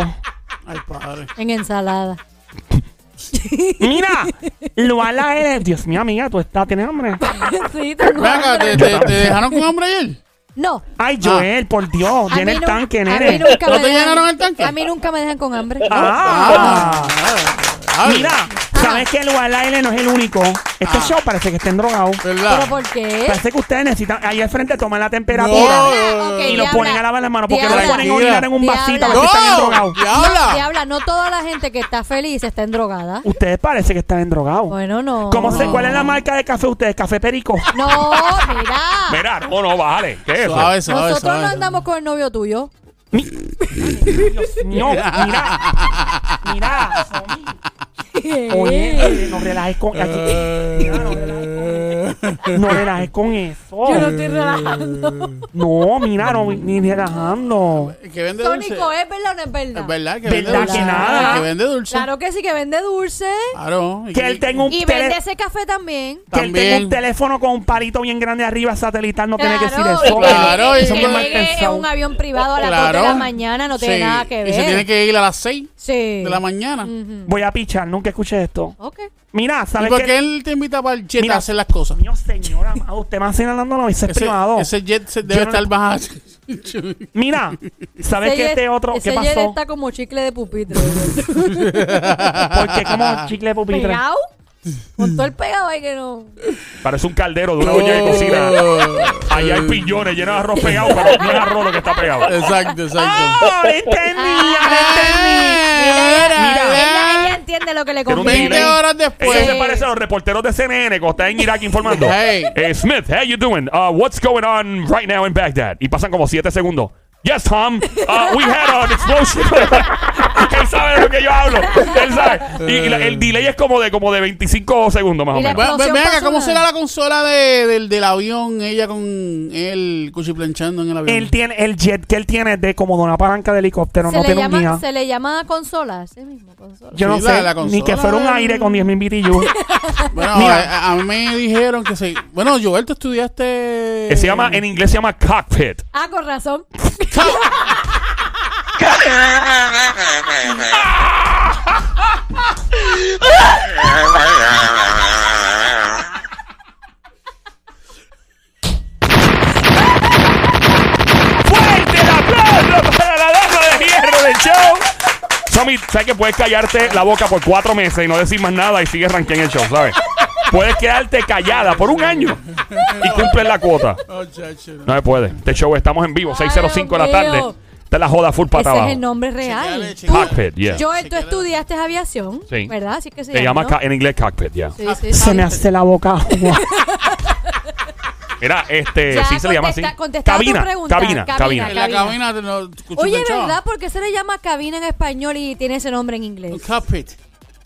[SPEAKER 3] Ay, padre.
[SPEAKER 4] En ensalada.
[SPEAKER 2] Mira, lo ala eres. Dios mío, amiga, tú estás, tienes hambre.
[SPEAKER 4] sí, tengo
[SPEAKER 3] Venga,
[SPEAKER 4] hambre.
[SPEAKER 3] ¿te, te, te dejaron con hambre ayer?
[SPEAKER 4] No.
[SPEAKER 2] Ay,
[SPEAKER 3] Ah.
[SPEAKER 2] Joel, por Dios,
[SPEAKER 4] a
[SPEAKER 2] llena
[SPEAKER 4] mí
[SPEAKER 2] el
[SPEAKER 4] nu-
[SPEAKER 2] tanque,
[SPEAKER 4] a
[SPEAKER 2] nene.
[SPEAKER 4] mí nunca
[SPEAKER 3] ¿No
[SPEAKER 4] me
[SPEAKER 3] te
[SPEAKER 4] dejan-
[SPEAKER 3] llenaron el tanque?
[SPEAKER 4] A mí nunca me dejan con hambre.
[SPEAKER 2] Ah.
[SPEAKER 3] Ah,
[SPEAKER 2] Mira, ¿sabes que el L no es el único? Este show parece que estén drogados.
[SPEAKER 4] ¿Pero
[SPEAKER 3] ¿Verdad?
[SPEAKER 4] por qué?
[SPEAKER 2] Parece que ustedes necesitan. Ahí al frente toman la
[SPEAKER 3] No.
[SPEAKER 2] temperatura
[SPEAKER 4] Ah, ok,
[SPEAKER 2] y lo
[SPEAKER 4] diabla.
[SPEAKER 2] ponen a lavar las manos. Porque no lo
[SPEAKER 4] Diabla.
[SPEAKER 2] ponen a orinar en un
[SPEAKER 4] Diabla.
[SPEAKER 2] vasito porque están bien drogados.
[SPEAKER 4] No,
[SPEAKER 3] ¡Diabla!
[SPEAKER 4] diabla, no toda la gente que está feliz está endrogada.
[SPEAKER 2] Ustedes parece que están drogados.
[SPEAKER 4] Bueno, no.
[SPEAKER 2] ¿Cómo se,
[SPEAKER 4] No.
[SPEAKER 2] ¿Cuál es la marca de café de ustedes? ¿Café Perico?
[SPEAKER 4] No, mira.
[SPEAKER 1] Mira, no, no, bájale. ¿Qué es eso?
[SPEAKER 3] Suave, suave,
[SPEAKER 4] Nosotros
[SPEAKER 3] suave.
[SPEAKER 4] no andamos con el novio tuyo.
[SPEAKER 2] No, mira, mira. eh, Somi. Oye, oye, no relajes con. aquí-
[SPEAKER 3] Eh,
[SPEAKER 2] No relajes con eso. relajó.
[SPEAKER 4] Yo no estoy relajando.
[SPEAKER 2] No, mira, no, ni relajando.
[SPEAKER 3] Que vende dulce.
[SPEAKER 4] Sónico, ¿es verdad o no es verdad?
[SPEAKER 3] Es verdad que
[SPEAKER 2] ¿Verdad
[SPEAKER 3] vende dulce.
[SPEAKER 2] que nada?
[SPEAKER 3] Que vende dulce.
[SPEAKER 4] Claro que sí, que vende dulce.
[SPEAKER 3] Claro.
[SPEAKER 2] Que él tenga un
[SPEAKER 4] Y
[SPEAKER 2] tele-
[SPEAKER 4] vende ese café también.
[SPEAKER 2] que él tenga un
[SPEAKER 3] También.
[SPEAKER 2] teléfono con un palito bien grande arriba satelital no tiene que decir
[SPEAKER 4] Claro,
[SPEAKER 2] eso.
[SPEAKER 4] y que
[SPEAKER 3] Claro,
[SPEAKER 4] llegue-
[SPEAKER 3] y-
[SPEAKER 4] que
[SPEAKER 3] Eso es mal
[SPEAKER 4] llegue en
[SPEAKER 2] pensado.
[SPEAKER 4] un avión privado a las
[SPEAKER 3] Claro.
[SPEAKER 4] 2 de la mañana no tiene
[SPEAKER 3] Sí.
[SPEAKER 4] nada que ver.
[SPEAKER 3] Y se tiene que ir a las 6
[SPEAKER 4] Sí.
[SPEAKER 3] de la mañana.
[SPEAKER 2] Voy a pichar, nunca escuché esto.
[SPEAKER 4] Ok.
[SPEAKER 2] Mira,
[SPEAKER 3] ¿Y
[SPEAKER 2] ¿sabes
[SPEAKER 3] por
[SPEAKER 2] qué?
[SPEAKER 3] qué él te invita para el jet
[SPEAKER 2] Mira.
[SPEAKER 3] a hacer las cosas?
[SPEAKER 2] Mío, señora, amado, usted me va señalando no, ese es
[SPEAKER 3] Ese,
[SPEAKER 2] privado.
[SPEAKER 3] ese jet se debe
[SPEAKER 2] Yo no-
[SPEAKER 3] estar más...
[SPEAKER 2] Mira, ¿sabes qué
[SPEAKER 4] Ese
[SPEAKER 2] este
[SPEAKER 4] jet-
[SPEAKER 2] otro? ¿Qué
[SPEAKER 4] ese jet
[SPEAKER 2] pasó?
[SPEAKER 4] está como chicle de pupitre.
[SPEAKER 2] Porque como chicle de pupitre.
[SPEAKER 4] pegado. Con todo el pegado ahí que no.
[SPEAKER 1] Parece un caldero
[SPEAKER 3] Oh.
[SPEAKER 1] de una olla de cocina. Allá hay pillones llenos de arroz pegado, pero no es arroz lo que está pegado.
[SPEAKER 3] Exacto, exacto. Ah,
[SPEAKER 2] ¡Ah! ¡Le entendí!
[SPEAKER 4] Ah,
[SPEAKER 2] Ah,
[SPEAKER 4] Ella, ella entiende lo que le
[SPEAKER 1] Tiene un
[SPEAKER 4] conviene.
[SPEAKER 1] delay.
[SPEAKER 3] 20 horas después.
[SPEAKER 1] Ese se parece a los reporteros de CNN cuando están en Irak informando.
[SPEAKER 3] Hey.
[SPEAKER 1] Eh, Smith, how you doing? Uh, what's going on right now in Baghdad? Y pasan como siete segundos. Yes, Tom. Uh, we had an explosion. él sabe de lo que yo hablo. Él sabe. Y, y la- el delay es como de como de 25 segundos más o
[SPEAKER 4] Y la-
[SPEAKER 1] menos.
[SPEAKER 3] Ve- ve-
[SPEAKER 4] Explosión
[SPEAKER 3] ve acá, ¿cómo
[SPEAKER 4] pasó
[SPEAKER 3] será
[SPEAKER 4] nada.
[SPEAKER 3] la consola de- del, del avión? Ella con él cuchiplanchando en el avión.
[SPEAKER 2] Él tiene, el jet que él tiene es de como de una palanca de helicóptero,
[SPEAKER 4] se,
[SPEAKER 2] no
[SPEAKER 4] le
[SPEAKER 2] tiene un
[SPEAKER 4] llama,
[SPEAKER 2] guía.
[SPEAKER 4] se le llama consola. Sí mismo, consola.
[SPEAKER 2] Yo no
[SPEAKER 3] Sí, la-
[SPEAKER 2] sé,
[SPEAKER 3] la
[SPEAKER 2] ni
[SPEAKER 3] consola
[SPEAKER 2] que fuera un
[SPEAKER 3] del-
[SPEAKER 2] aire con 10.000 BTU.
[SPEAKER 3] Bueno, eh,
[SPEAKER 2] Mira.
[SPEAKER 3] a, a mí me dijeron que se... Bueno, Joel, tú estudiaste...
[SPEAKER 1] Eh, Se llama, en inglés se llama cockpit.
[SPEAKER 4] Ah, con razón.
[SPEAKER 1] ¡Fuerte el aplauso para la dama de hierro del show! Sammy, sabes que puedes callarte la boca por cuatro meses y no decir más nada y sigues rankeando el show, ¿sabes? Puedes quedarte callada por un año y cumples la cuota.
[SPEAKER 3] Oh, chacho, no.
[SPEAKER 1] No se puede. Este show estamos en vivo,
[SPEAKER 4] Ay,
[SPEAKER 1] 605 de la
[SPEAKER 4] Ah, Dios
[SPEAKER 1] tarde.
[SPEAKER 4] mío.
[SPEAKER 1] Está la joda full para
[SPEAKER 4] Ese
[SPEAKER 1] abajo.
[SPEAKER 4] es el nombre real.
[SPEAKER 3] Chequeale, chequeale.
[SPEAKER 1] Cockpit, yeah.
[SPEAKER 4] Joel, tú estudiaste aviación,
[SPEAKER 1] Sí.
[SPEAKER 4] ¿verdad? Así es que se,
[SPEAKER 1] Se llama
[SPEAKER 4] ¿no?
[SPEAKER 1] co- en inglés cockpit, ya.
[SPEAKER 4] Sí, sí,
[SPEAKER 2] Ah, Se
[SPEAKER 4] sabe.
[SPEAKER 2] me hace la boca agua.
[SPEAKER 1] Era, este,
[SPEAKER 4] Ya,
[SPEAKER 1] sí se le llama así.
[SPEAKER 4] contesta- contestaba tu
[SPEAKER 1] Cabina,
[SPEAKER 4] pregunta.
[SPEAKER 1] cabina,
[SPEAKER 4] Cabina.
[SPEAKER 1] cabina.
[SPEAKER 3] En la
[SPEAKER 4] cabina.
[SPEAKER 3] cabina te lo cuchiplanchaba.
[SPEAKER 4] Oye, ¿verdad? ¿Por qué se le llama cabina en español y tiene ese nombre en inglés?
[SPEAKER 3] Cockpit.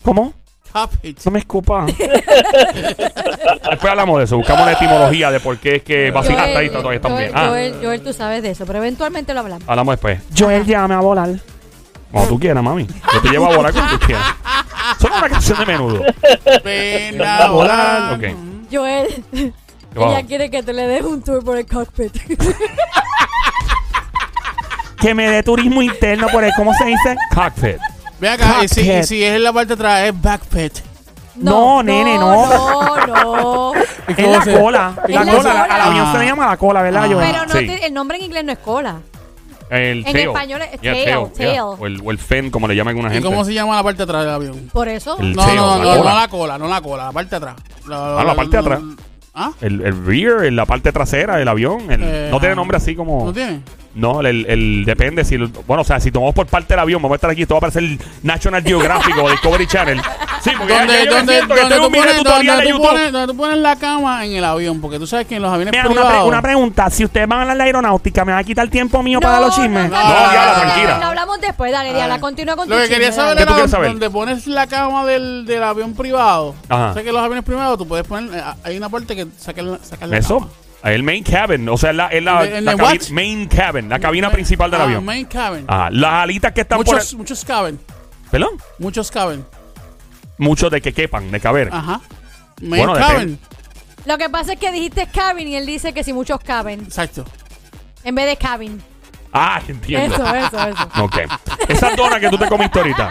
[SPEAKER 2] ¿Cómo?
[SPEAKER 3] Cockpit.
[SPEAKER 2] No me escupa.
[SPEAKER 1] Después hablamos de eso, buscamos la etimología de por qué es que
[SPEAKER 4] Joel,
[SPEAKER 1] vacilaste ahí todavía estamos
[SPEAKER 4] Joel,
[SPEAKER 1] bien. Ah,
[SPEAKER 4] Joel, Joel, tú sabes de eso, pero eventualmente lo hablamos.
[SPEAKER 1] hablamos después.
[SPEAKER 2] Joel, llévame a volar.
[SPEAKER 1] Cuando tú quieras, mami. Yo te llevo a volar cuando tú quieras. Solo una canción de menudo.
[SPEAKER 3] Ven a volar.
[SPEAKER 1] Ok.
[SPEAKER 4] Joel,
[SPEAKER 1] Wow.
[SPEAKER 4] ella quiere que tú le des un tour por el cockpit.
[SPEAKER 2] Que me dé turismo interno por el, ¿cómo se dice?
[SPEAKER 1] Cockpit.
[SPEAKER 3] Ve acá, y si,
[SPEAKER 2] Cockpit.
[SPEAKER 3] y si es en la parte de atrás, es backpet.
[SPEAKER 2] No, nene, no.
[SPEAKER 4] No, no.
[SPEAKER 2] Es la cola.
[SPEAKER 4] Es
[SPEAKER 2] La
[SPEAKER 4] la
[SPEAKER 2] cola.
[SPEAKER 4] cola.
[SPEAKER 2] Al avión se le llama la cola, ¿verdad,
[SPEAKER 3] Ah.
[SPEAKER 2] Joel?
[SPEAKER 4] Pero no
[SPEAKER 1] Sí.
[SPEAKER 4] te- el nombre en inglés no es cola.
[SPEAKER 1] El
[SPEAKER 4] En
[SPEAKER 1] tail.
[SPEAKER 4] español es
[SPEAKER 1] Yeah,
[SPEAKER 4] tail,
[SPEAKER 1] tail,
[SPEAKER 4] tail.
[SPEAKER 1] yeah. O, el, o el fen, como le llaman alguna
[SPEAKER 3] ¿Y
[SPEAKER 1] gente.
[SPEAKER 3] cómo se llama la parte de atrás del avión?
[SPEAKER 4] Por eso.
[SPEAKER 1] El-
[SPEAKER 3] No,
[SPEAKER 1] Sí,
[SPEAKER 3] no,
[SPEAKER 1] la
[SPEAKER 3] no, no,
[SPEAKER 1] cola.
[SPEAKER 3] no la cola, no la cola, la parte de atrás.
[SPEAKER 1] Ah, la parte de atrás.
[SPEAKER 3] ¿Ah?
[SPEAKER 1] El, el rear, el- la parte trasera del avión. el-
[SPEAKER 3] Eh,
[SPEAKER 1] no tiene nombre así como.
[SPEAKER 3] ¿No tiene?
[SPEAKER 1] No, el, el- depende. si lo- Bueno, o sea, si tomamos por parte del avión, vamos a estar aquí. Esto va a parecer el National Geographic o Discovery Channel. Sí, porque ya- ya
[SPEAKER 3] Donde,
[SPEAKER 1] yo me
[SPEAKER 3] donde,
[SPEAKER 1] siento que
[SPEAKER 3] donde,
[SPEAKER 1] estoy en
[SPEAKER 3] tú
[SPEAKER 1] un video
[SPEAKER 3] pones,
[SPEAKER 1] tutorial
[SPEAKER 3] donde,
[SPEAKER 1] de
[SPEAKER 3] tú
[SPEAKER 1] YouTube.
[SPEAKER 3] pones, donde tú pones la cama en el avión, porque tú sabes que en los aviones
[SPEAKER 2] Mira, una, pre-
[SPEAKER 3] privados...
[SPEAKER 2] una pregunta. Si ustedes van a hablar de aeronáutica, ¿me va a quitar tiempo mío para los chismes?
[SPEAKER 1] no, diabla, tranquila.
[SPEAKER 4] no hablamos después, dale, Diala,
[SPEAKER 3] Ah.
[SPEAKER 4] continúa con
[SPEAKER 3] Lo
[SPEAKER 4] tu
[SPEAKER 3] que quería
[SPEAKER 4] chisme,
[SPEAKER 3] saber
[SPEAKER 1] ¿Qué
[SPEAKER 4] dale.
[SPEAKER 1] tú
[SPEAKER 3] era
[SPEAKER 1] quieres saber?
[SPEAKER 3] donde pones la cama del, del avión privado.
[SPEAKER 1] Ajá.
[SPEAKER 3] O sea que los aviones privados tú puedes poner. eh, Hay una parte que sacas la, sacas la
[SPEAKER 1] Eso.
[SPEAKER 3] cama.
[SPEAKER 1] El main cabin. O sea, es la, es la,
[SPEAKER 3] ¿En el- en
[SPEAKER 1] la
[SPEAKER 3] el
[SPEAKER 1] cabi-
[SPEAKER 3] what?
[SPEAKER 1] main cabin, la cabina principal del
[SPEAKER 3] Ah,
[SPEAKER 1] avión.
[SPEAKER 3] Main cabin.
[SPEAKER 1] Ajá. Las alitas que están
[SPEAKER 3] muchos,
[SPEAKER 1] por.
[SPEAKER 3] muchos caben.
[SPEAKER 1] el- ¿Perdón?
[SPEAKER 3] Muchos caben.
[SPEAKER 1] Muchos de que quepan, de caber.
[SPEAKER 3] Ajá. Main
[SPEAKER 1] Bueno,
[SPEAKER 3] cabin.
[SPEAKER 4] Lo que pasa es que dijiste cabin y él dice que si muchos caben,
[SPEAKER 3] Exacto.
[SPEAKER 4] en vez de cabin.
[SPEAKER 1] Ah, entiendo.
[SPEAKER 4] Eso, eso, eso.
[SPEAKER 1] Ok. Esas donas que tú te comiste ahorita.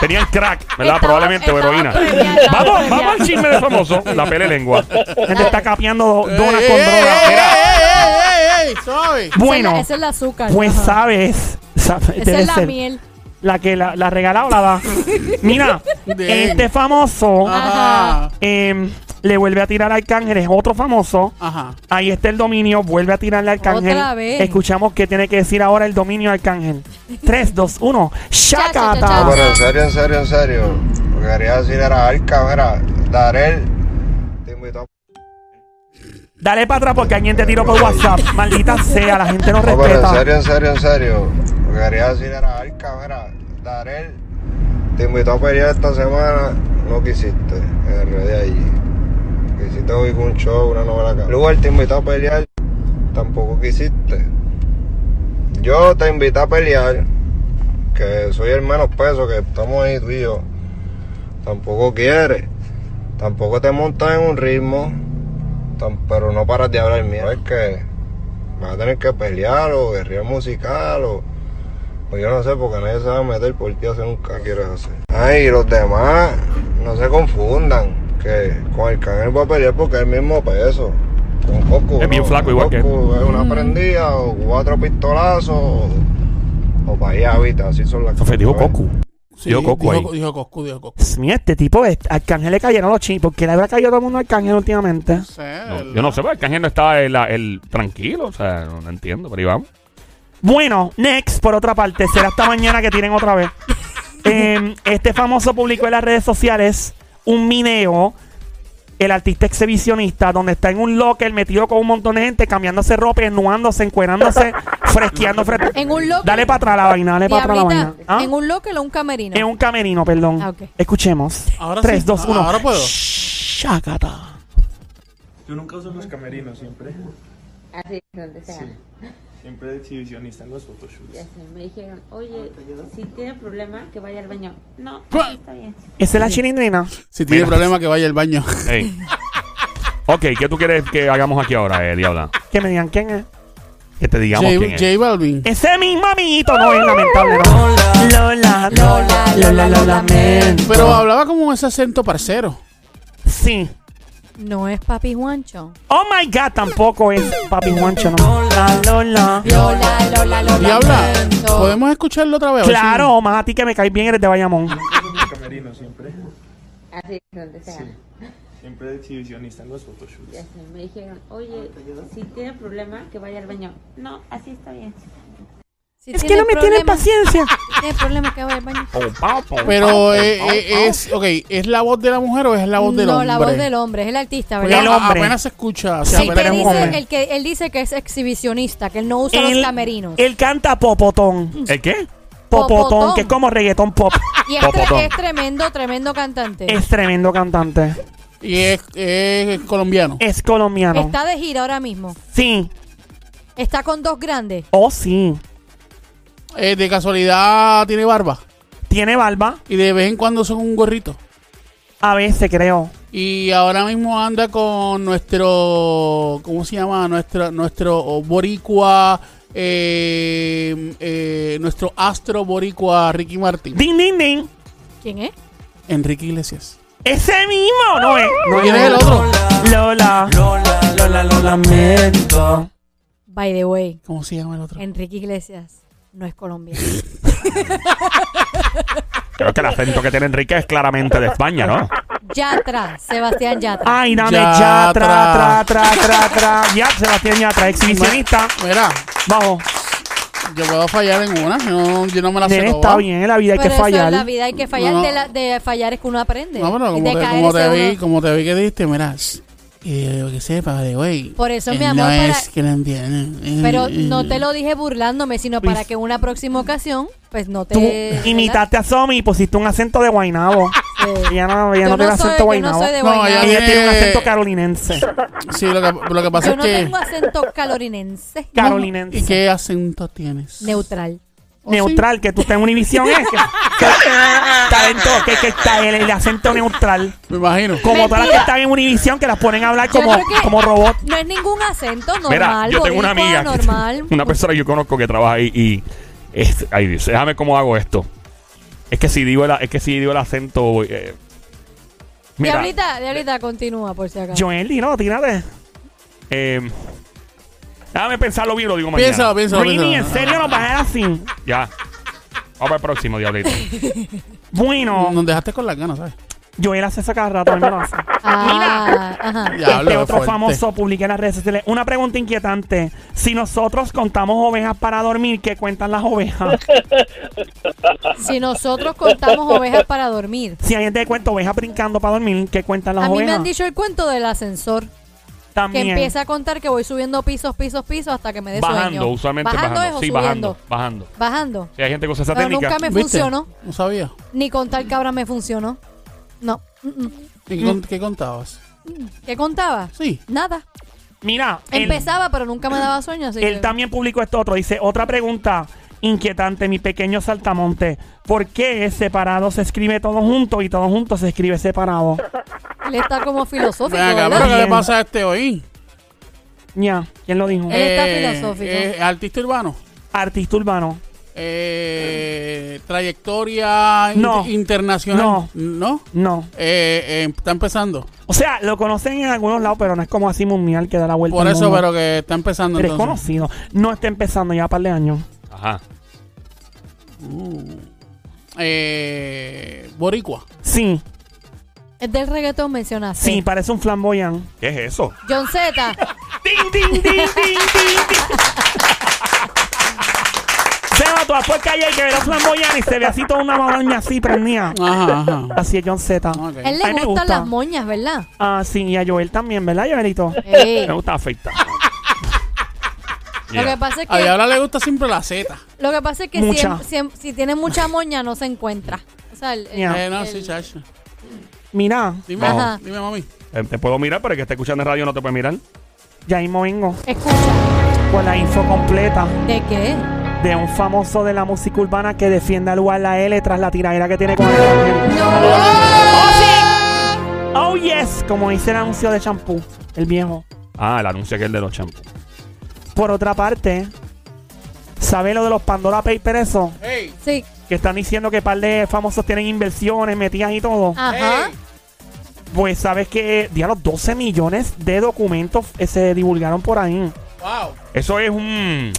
[SPEAKER 1] Tenían crack, ¿verdad?
[SPEAKER 4] Estaba-
[SPEAKER 1] Probablemente o
[SPEAKER 4] estaba
[SPEAKER 1] heroína.
[SPEAKER 4] premiada, estaba
[SPEAKER 1] Vamos,
[SPEAKER 4] premiada.
[SPEAKER 1] vamos al chisme de famoso. La pele lengua.
[SPEAKER 2] Gente está capeando do- donas
[SPEAKER 3] ¡Ey,
[SPEAKER 2] con
[SPEAKER 3] ey,
[SPEAKER 2] droga.
[SPEAKER 3] ey,
[SPEAKER 2] Mira,
[SPEAKER 3] ey, ey, ey, ey! Suave.
[SPEAKER 2] Bueno,
[SPEAKER 4] Esa es la- Esa es la azúcar.
[SPEAKER 2] pues
[SPEAKER 4] ajá.
[SPEAKER 2] sabes. sabes,
[SPEAKER 4] Esa
[SPEAKER 2] debe
[SPEAKER 4] es la
[SPEAKER 2] ser
[SPEAKER 4] miel.
[SPEAKER 2] la que la, la regala o la da. Mira,
[SPEAKER 3] Bien.
[SPEAKER 2] este famoso
[SPEAKER 3] Ah. Ajá.
[SPEAKER 2] em, le vuelve a tirar al cángel. Es otro famoso.
[SPEAKER 3] Ajá.
[SPEAKER 2] Ahí está el dominio, vuelve a tirarle al cángel.
[SPEAKER 4] Otra vez.
[SPEAKER 2] Escuchamos qué tiene que decir ahora el dominio al cángel. 3, 2, 1.
[SPEAKER 4] cha,
[SPEAKER 2] ¡Shakata!
[SPEAKER 4] cha.
[SPEAKER 9] Bueno, en serio, en serio, en serio. Lo que quería decir era Arca, mira, Darel, te invito a
[SPEAKER 2] Dale para atrás porque alguien te tiró por WhatsApp. Maldita sea, la gente no
[SPEAKER 9] No, pero en
[SPEAKER 2] respeta.
[SPEAKER 9] serio, en serio, en serio. Lo que quería decir era, ay, cámara, Darel, te invitó a pelear esta semana, no quisiste, en de allí.
[SPEAKER 10] Quisiste hoy con un show, una novela acá. Luego él te invitó a pelear, tampoco quisiste. Yo te invité a pelear, que soy el menos peso, que estamos ahí tú y yo. Tampoco quieres, tampoco te montas en un ritmo, tam- pero no paras de hablar mierda. Es que vas a tener que pelear o guerrear musical o, o yo no sé, porque nadie se va a meter por ti a hacer un ca- quieres hacer. Ay, y los demás, no se confundan, que con el canal va a pelear porque es el mismo peso. Con Coco.
[SPEAKER 1] Es bien
[SPEAKER 10] no,
[SPEAKER 1] flaco igual que él.
[SPEAKER 10] Coco es una prendida o cuatro pistolazos o, o para allá, ¿viste? Así son las
[SPEAKER 1] Entonces dijo Cocu.
[SPEAKER 3] Sí,
[SPEAKER 1] dijo Cocu ahí.
[SPEAKER 3] dijo, dijo Coscu, dijo Coscu.
[SPEAKER 2] Dios mío, este tipo, de Arcángel le cayeron los chinos. ¿Por qué le habrá caído todo el mundo a Arcángel últimamente?
[SPEAKER 3] No sé,
[SPEAKER 1] No,
[SPEAKER 3] ¿verdad?
[SPEAKER 1] yo no sé, porque Arcángel no está el, el tranquilo, o sea, no, no entiendo, pero ahí vamos.
[SPEAKER 2] Bueno, next, por otra parte, será esta mañana que tienen otra vez. Eh, este famoso publicó en las redes sociales un mineo, el artista exhibicionista, donde está en un locker metido con un montón de gente, cambiándose ropa, ennuándose, encuerándose, fresqueando frente.
[SPEAKER 4] En un loco.
[SPEAKER 2] Dale para atrás la vaina, dale para atrás la vaina.
[SPEAKER 4] Diablita,
[SPEAKER 2] ¿Ah?
[SPEAKER 4] ¿En un local o un camerino?
[SPEAKER 2] En un camerino, perdón.
[SPEAKER 4] Ah, ok.
[SPEAKER 2] Escuchemos.
[SPEAKER 3] Ahora sí.
[SPEAKER 2] 3, 2, 1.
[SPEAKER 3] Ahora puedo.
[SPEAKER 2] Shakata.
[SPEAKER 6] Yo nunca uso los camerinos, siempre.
[SPEAKER 11] Así, donde sea.
[SPEAKER 6] Siempre exhibicionista en los photoshoots. Ah,
[SPEAKER 11] Ya sé, me dijeron, oye, si tiene problema, que vaya al baño. No,
[SPEAKER 3] Ah.
[SPEAKER 11] está bien.
[SPEAKER 2] Esa es la chilindrina.
[SPEAKER 3] Si tiene
[SPEAKER 1] Mira.
[SPEAKER 3] problema, que vaya al baño.
[SPEAKER 1] Ey. ok, ¿qué tú quieres que hagamos aquí ahora, eh, Diabla?
[SPEAKER 2] Que me digan quién es.
[SPEAKER 1] Que te digamos
[SPEAKER 3] J,
[SPEAKER 1] quién es.
[SPEAKER 3] J Balvin.
[SPEAKER 2] Ese mismo amiguito no es lamentable, ¿no? Lola, Lola, Lola, lo lamento.
[SPEAKER 3] Pero hablaba como ese acento parcero.
[SPEAKER 2] Sí.
[SPEAKER 4] No es papi Juancho.
[SPEAKER 2] Oh my God, tampoco es Papi Juancho, ¿no? Lola, Lola.
[SPEAKER 4] Lola, Lola, Lola.
[SPEAKER 3] Diabla, ¿podemos escucharlo otra vez? A ver si-
[SPEAKER 2] Claro, más a ti que me caes bien, eres de Bayamón.
[SPEAKER 11] Así, donde sea.
[SPEAKER 6] Siempre exhibicionista en los photoshoots.
[SPEAKER 11] Ya sé, me dijeron, oye, si tiene problema, que vaya al baño. No, así está bien.
[SPEAKER 4] Si
[SPEAKER 2] Es que no me tienen
[SPEAKER 4] problemas-
[SPEAKER 2] paciencia.
[SPEAKER 4] si Tiene problemas que va al baño.
[SPEAKER 1] Pom, pam, pom,
[SPEAKER 4] Pues-
[SPEAKER 1] pam,
[SPEAKER 4] Oh,
[SPEAKER 3] Pero
[SPEAKER 1] pom,
[SPEAKER 3] eh,
[SPEAKER 1] pam,
[SPEAKER 3] eh,
[SPEAKER 1] pam.
[SPEAKER 3] es, ok, ¿es la voz de la mujer o es la voz del
[SPEAKER 4] no,
[SPEAKER 3] hombre? Pues
[SPEAKER 4] la voz del hombre, es el artista,
[SPEAKER 3] Porque
[SPEAKER 4] ¿verdad?
[SPEAKER 2] El
[SPEAKER 3] a-
[SPEAKER 2] hombre.
[SPEAKER 3] Apenas se escucha. o sea,
[SPEAKER 4] Sí,
[SPEAKER 2] pero
[SPEAKER 4] que
[SPEAKER 2] era
[SPEAKER 3] apenas-
[SPEAKER 2] un hombre.
[SPEAKER 4] dice, el que, él dice que es exhibicionista, que él no usa los camerinos.
[SPEAKER 2] él canta popotón.
[SPEAKER 1] ¿El qué?
[SPEAKER 2] popotón.
[SPEAKER 4] Popotón. Ah.
[SPEAKER 2] que es como reggaetón pop.
[SPEAKER 4] y es, tre-
[SPEAKER 1] Popotón.
[SPEAKER 4] es tremendo, tremendo cantante.
[SPEAKER 2] es tremendo cantante.
[SPEAKER 3] Y es, es colombiano.
[SPEAKER 2] Es colombiano.
[SPEAKER 4] Está de gira ahora mismo.
[SPEAKER 2] Sí.
[SPEAKER 4] Está con dos grandes.
[SPEAKER 2] Oh, sí.
[SPEAKER 3] Eh, de casualidad tiene barba.
[SPEAKER 2] Tiene barba.
[SPEAKER 3] Y de vez en cuando son un gorrito.
[SPEAKER 2] A veces, creo.
[SPEAKER 3] Y ahora mismo anda con nuestro, ¿cómo se llama? Nuestro, nuestro oh, boricua, eh, eh, nuestro astro boricua Ricky Martin.
[SPEAKER 2] Ding, ding, ding.
[SPEAKER 4] ¿Quién es?
[SPEAKER 3] Enrique Iglesias.
[SPEAKER 2] Ese mismo. No es. No
[SPEAKER 3] ¿Quién es el otro?
[SPEAKER 4] Ah.
[SPEAKER 2] Lola. Lola, Lola, lo lamento.
[SPEAKER 4] By the way,
[SPEAKER 3] ¿Cómo se llama el otro?
[SPEAKER 4] Enrique Iglesias no es colombiano.
[SPEAKER 1] Creo que el acento que tiene Enrique es claramente de España, ¿no?
[SPEAKER 4] Yatra, Sebastián Yatra.
[SPEAKER 2] Ay, dame ya,
[SPEAKER 3] Ya,
[SPEAKER 2] tra, tra, tra, tra, tra. Ya, Sebastián Yatra, exhibicionista.
[SPEAKER 3] Mira,
[SPEAKER 2] Vamos.
[SPEAKER 3] yo puedo fallar en una, no, yo no me la sé
[SPEAKER 2] Nene,
[SPEAKER 3] toda.
[SPEAKER 2] está bien, en la vida hay que
[SPEAKER 4] Pero eso en la
[SPEAKER 2] fallar.
[SPEAKER 4] vida hay que fallar.
[SPEAKER 3] No.
[SPEAKER 4] De, la- de fallar es que uno aprende.
[SPEAKER 3] No, pero
[SPEAKER 4] Y
[SPEAKER 3] como
[SPEAKER 4] de
[SPEAKER 3] te,
[SPEAKER 4] caer
[SPEAKER 3] como
[SPEAKER 4] ese
[SPEAKER 3] te
[SPEAKER 4] uno-
[SPEAKER 3] vi, como te vi que diste, mira. Y yo que sepa, de güey.
[SPEAKER 4] Por eso,
[SPEAKER 3] él
[SPEAKER 4] mi amor,
[SPEAKER 3] No
[SPEAKER 4] para-
[SPEAKER 3] es que no entiende. Eh,
[SPEAKER 4] Pero no te lo dije burlándome, sino para que una próxima ocasión, pues no te.
[SPEAKER 2] Tú
[SPEAKER 4] ¿verdad?
[SPEAKER 2] imitaste a Somi y pusiste un acento de Guainabo.
[SPEAKER 4] Sí.
[SPEAKER 2] Ella no, ella
[SPEAKER 4] Yo
[SPEAKER 2] no tiene
[SPEAKER 4] no soy-
[SPEAKER 2] acento
[SPEAKER 4] yo no
[SPEAKER 2] Guainabo.
[SPEAKER 4] soy de
[SPEAKER 3] No,
[SPEAKER 4] Guaynabo.
[SPEAKER 3] ella-
[SPEAKER 2] Ella tiene un
[SPEAKER 3] Eh.
[SPEAKER 2] acento carolinense.
[SPEAKER 3] Sí, lo que, lo que pasa
[SPEAKER 4] Yo
[SPEAKER 3] es
[SPEAKER 4] no
[SPEAKER 3] que.
[SPEAKER 4] tengo acento calorinense.
[SPEAKER 2] Carolinense.
[SPEAKER 3] ¿Y qué acento tienes?
[SPEAKER 4] Neutral.
[SPEAKER 3] ¿O sí?
[SPEAKER 2] Neutral, que tú estás en Univisión. ¿eh? Que- que- Talento, que, que está el, el acento neutral.
[SPEAKER 3] Me imagino.
[SPEAKER 2] Como todas las que
[SPEAKER 4] Mentira.
[SPEAKER 2] están en Univisión, que las ponen a hablar
[SPEAKER 4] Yo
[SPEAKER 2] como,
[SPEAKER 4] creo que
[SPEAKER 2] como robot.
[SPEAKER 4] No es ningún acento normal.
[SPEAKER 1] Mira, yo tengo una
[SPEAKER 4] boricua,
[SPEAKER 1] amiga, que-
[SPEAKER 4] normal.
[SPEAKER 1] una persona que yo conozco que trabaja ahí y es- ay Dios, déjame cómo hago esto. Es que si digo el, es que si digo el acento eh, mira,
[SPEAKER 4] Diablita, diablita, continúa por si acaso.
[SPEAKER 2] Joel, no, tírate.
[SPEAKER 1] eh, déjame pensarlo bien, lo digo mañana.
[SPEAKER 3] Piénsalo, piénsalo,
[SPEAKER 2] Rini, ¿en
[SPEAKER 3] piénsalo.
[SPEAKER 2] serio nos vas a dejar así?
[SPEAKER 1] Ya. Vamos al próximo diablito.
[SPEAKER 2] Bueno,
[SPEAKER 3] Nos dejaste con las ganas, ¿sabes?
[SPEAKER 2] Este Joel hace eso cada rato, él no lo hace.
[SPEAKER 4] Ah, ajá.
[SPEAKER 3] Ya,
[SPEAKER 2] este
[SPEAKER 3] hablo
[SPEAKER 2] otro
[SPEAKER 3] fuerte.
[SPEAKER 2] famoso publica en las redes sociales una pregunta inquietante. Si nosotros contamos ovejas para dormir, ¿qué cuentan las ovejas?
[SPEAKER 4] Si nosotros contamos ovejas para dormir.
[SPEAKER 2] si alguien te cuenta ovejas brincando para dormir, ¿qué cuentan las
[SPEAKER 4] A mí
[SPEAKER 2] ovejas?
[SPEAKER 4] me han dicho el cuento del ascensor. Que
[SPEAKER 2] También.
[SPEAKER 4] empieza a contar que voy subiendo pisos, pisos, pisos hasta que me dé
[SPEAKER 1] Bajando,
[SPEAKER 4] sueño.
[SPEAKER 1] usualmente bajando.
[SPEAKER 4] es o
[SPEAKER 1] Sí,
[SPEAKER 4] subiendo?
[SPEAKER 1] bajando, bajando.
[SPEAKER 4] Bajando.
[SPEAKER 1] Si hay gente que usa esa
[SPEAKER 4] Pero
[SPEAKER 1] técnica.
[SPEAKER 4] nunca me
[SPEAKER 3] ¿Viste?
[SPEAKER 4] funcionó.
[SPEAKER 3] No sabía.
[SPEAKER 4] Ni contar cabra me funcionó. No. Mm, mm.
[SPEAKER 3] ¿Y qué, con- qué contabas?
[SPEAKER 4] ¿Qué contaba?
[SPEAKER 2] Sí.
[SPEAKER 4] Nada.
[SPEAKER 2] Mira, él-
[SPEAKER 4] Empezaba, pero nunca me daba sueño. Así
[SPEAKER 2] Él
[SPEAKER 4] que-
[SPEAKER 2] también publicó esto otro. Dice, otra pregunta inquietante, mi pequeño saltamonte. ¿Por qué separado se escribe todo junto y todo junto se escribe separado?
[SPEAKER 4] Él está como filosófico.
[SPEAKER 3] Venga,
[SPEAKER 4] ¿verdad?
[SPEAKER 3] cabrón, ¿qué le pasa a este hoy?
[SPEAKER 2] Ya, ¿quién lo dijo?
[SPEAKER 4] Él está
[SPEAKER 3] Eh,
[SPEAKER 4] filosófico.
[SPEAKER 3] eh, artista urbano.
[SPEAKER 2] Artista urbano.
[SPEAKER 3] Eh, trayectoria in-
[SPEAKER 2] No.
[SPEAKER 3] internacional.
[SPEAKER 2] No.
[SPEAKER 3] ¿No?
[SPEAKER 2] No.
[SPEAKER 3] Eh, eh, está empezando.
[SPEAKER 2] O sea, lo conocen en algunos lados, pero no es como así mundial que da la vuelta.
[SPEAKER 3] Por
[SPEAKER 2] al
[SPEAKER 3] eso,
[SPEAKER 2] mundo.
[SPEAKER 3] pero que está empezando
[SPEAKER 2] Eres
[SPEAKER 3] entonces.
[SPEAKER 2] conocido. No está empezando ya par de años.
[SPEAKER 1] Ajá.
[SPEAKER 3] Uh. Eh, boricua.
[SPEAKER 2] Sí,
[SPEAKER 4] Es del reggaetón mencionaste.
[SPEAKER 2] sí, parece un flamboyán.
[SPEAKER 1] ¿Qué es eso?
[SPEAKER 4] John Z.
[SPEAKER 2] ¡Ding, ding, ding, ding, ding, ding! Seba, tú vas por calle y que ve la flamboyán y se ve así toda una mamaña así prendida.
[SPEAKER 3] Ajá, ajá.
[SPEAKER 2] Así es John Z.
[SPEAKER 3] Ok.
[SPEAKER 4] A él
[SPEAKER 2] A
[SPEAKER 4] le
[SPEAKER 2] mí me gusta.
[SPEAKER 4] gustan las moñas, ¿verdad?
[SPEAKER 2] Ah, sí, y a Joel también, ¿verdad, Joelito?
[SPEAKER 4] Ey.
[SPEAKER 1] Me gusta afeitar.
[SPEAKER 4] Lo que
[SPEAKER 1] Yeah.
[SPEAKER 4] pasa es
[SPEAKER 3] A
[SPEAKER 4] que,
[SPEAKER 3] Diabla le gusta siempre la Z.
[SPEAKER 4] lo que, pasa es que
[SPEAKER 2] Mucha.
[SPEAKER 4] siem- siem- si tiene mucha moña, no se encuentra. O sea, el- el-
[SPEAKER 2] Ya.
[SPEAKER 3] Eh, no,
[SPEAKER 4] el-
[SPEAKER 3] sí, chacho.
[SPEAKER 2] Mira,
[SPEAKER 3] Dime,
[SPEAKER 4] Ajá.
[SPEAKER 3] dime, mami.
[SPEAKER 1] Eh, Te puedo mirar, pero el que está escuchando en radio no te puede mirar.
[SPEAKER 2] ya mismo vengo
[SPEAKER 4] escucha.
[SPEAKER 2] con la info completa
[SPEAKER 4] ¿De qué?
[SPEAKER 2] de un famoso de la música urbana que defiende al lugar la L tras la tiradera que tiene con el ángel. ¡Oh, yes! Como dice el anuncio de champú, el viejo.
[SPEAKER 1] Ah, el anuncio aquel de los champús.
[SPEAKER 2] Por otra parte, ¿sabe lo de los Pandora Papers eso?
[SPEAKER 3] Hey,
[SPEAKER 4] Sí.
[SPEAKER 2] Que están diciendo que par de famosos tienen inversiones metidas y todo.
[SPEAKER 4] Ah. Ajá.
[SPEAKER 3] hey.
[SPEAKER 2] Pues sabes que, diablo, 12 millones de documentos eh, se divulgaron por ahí.
[SPEAKER 3] Wow.
[SPEAKER 1] Eso es un,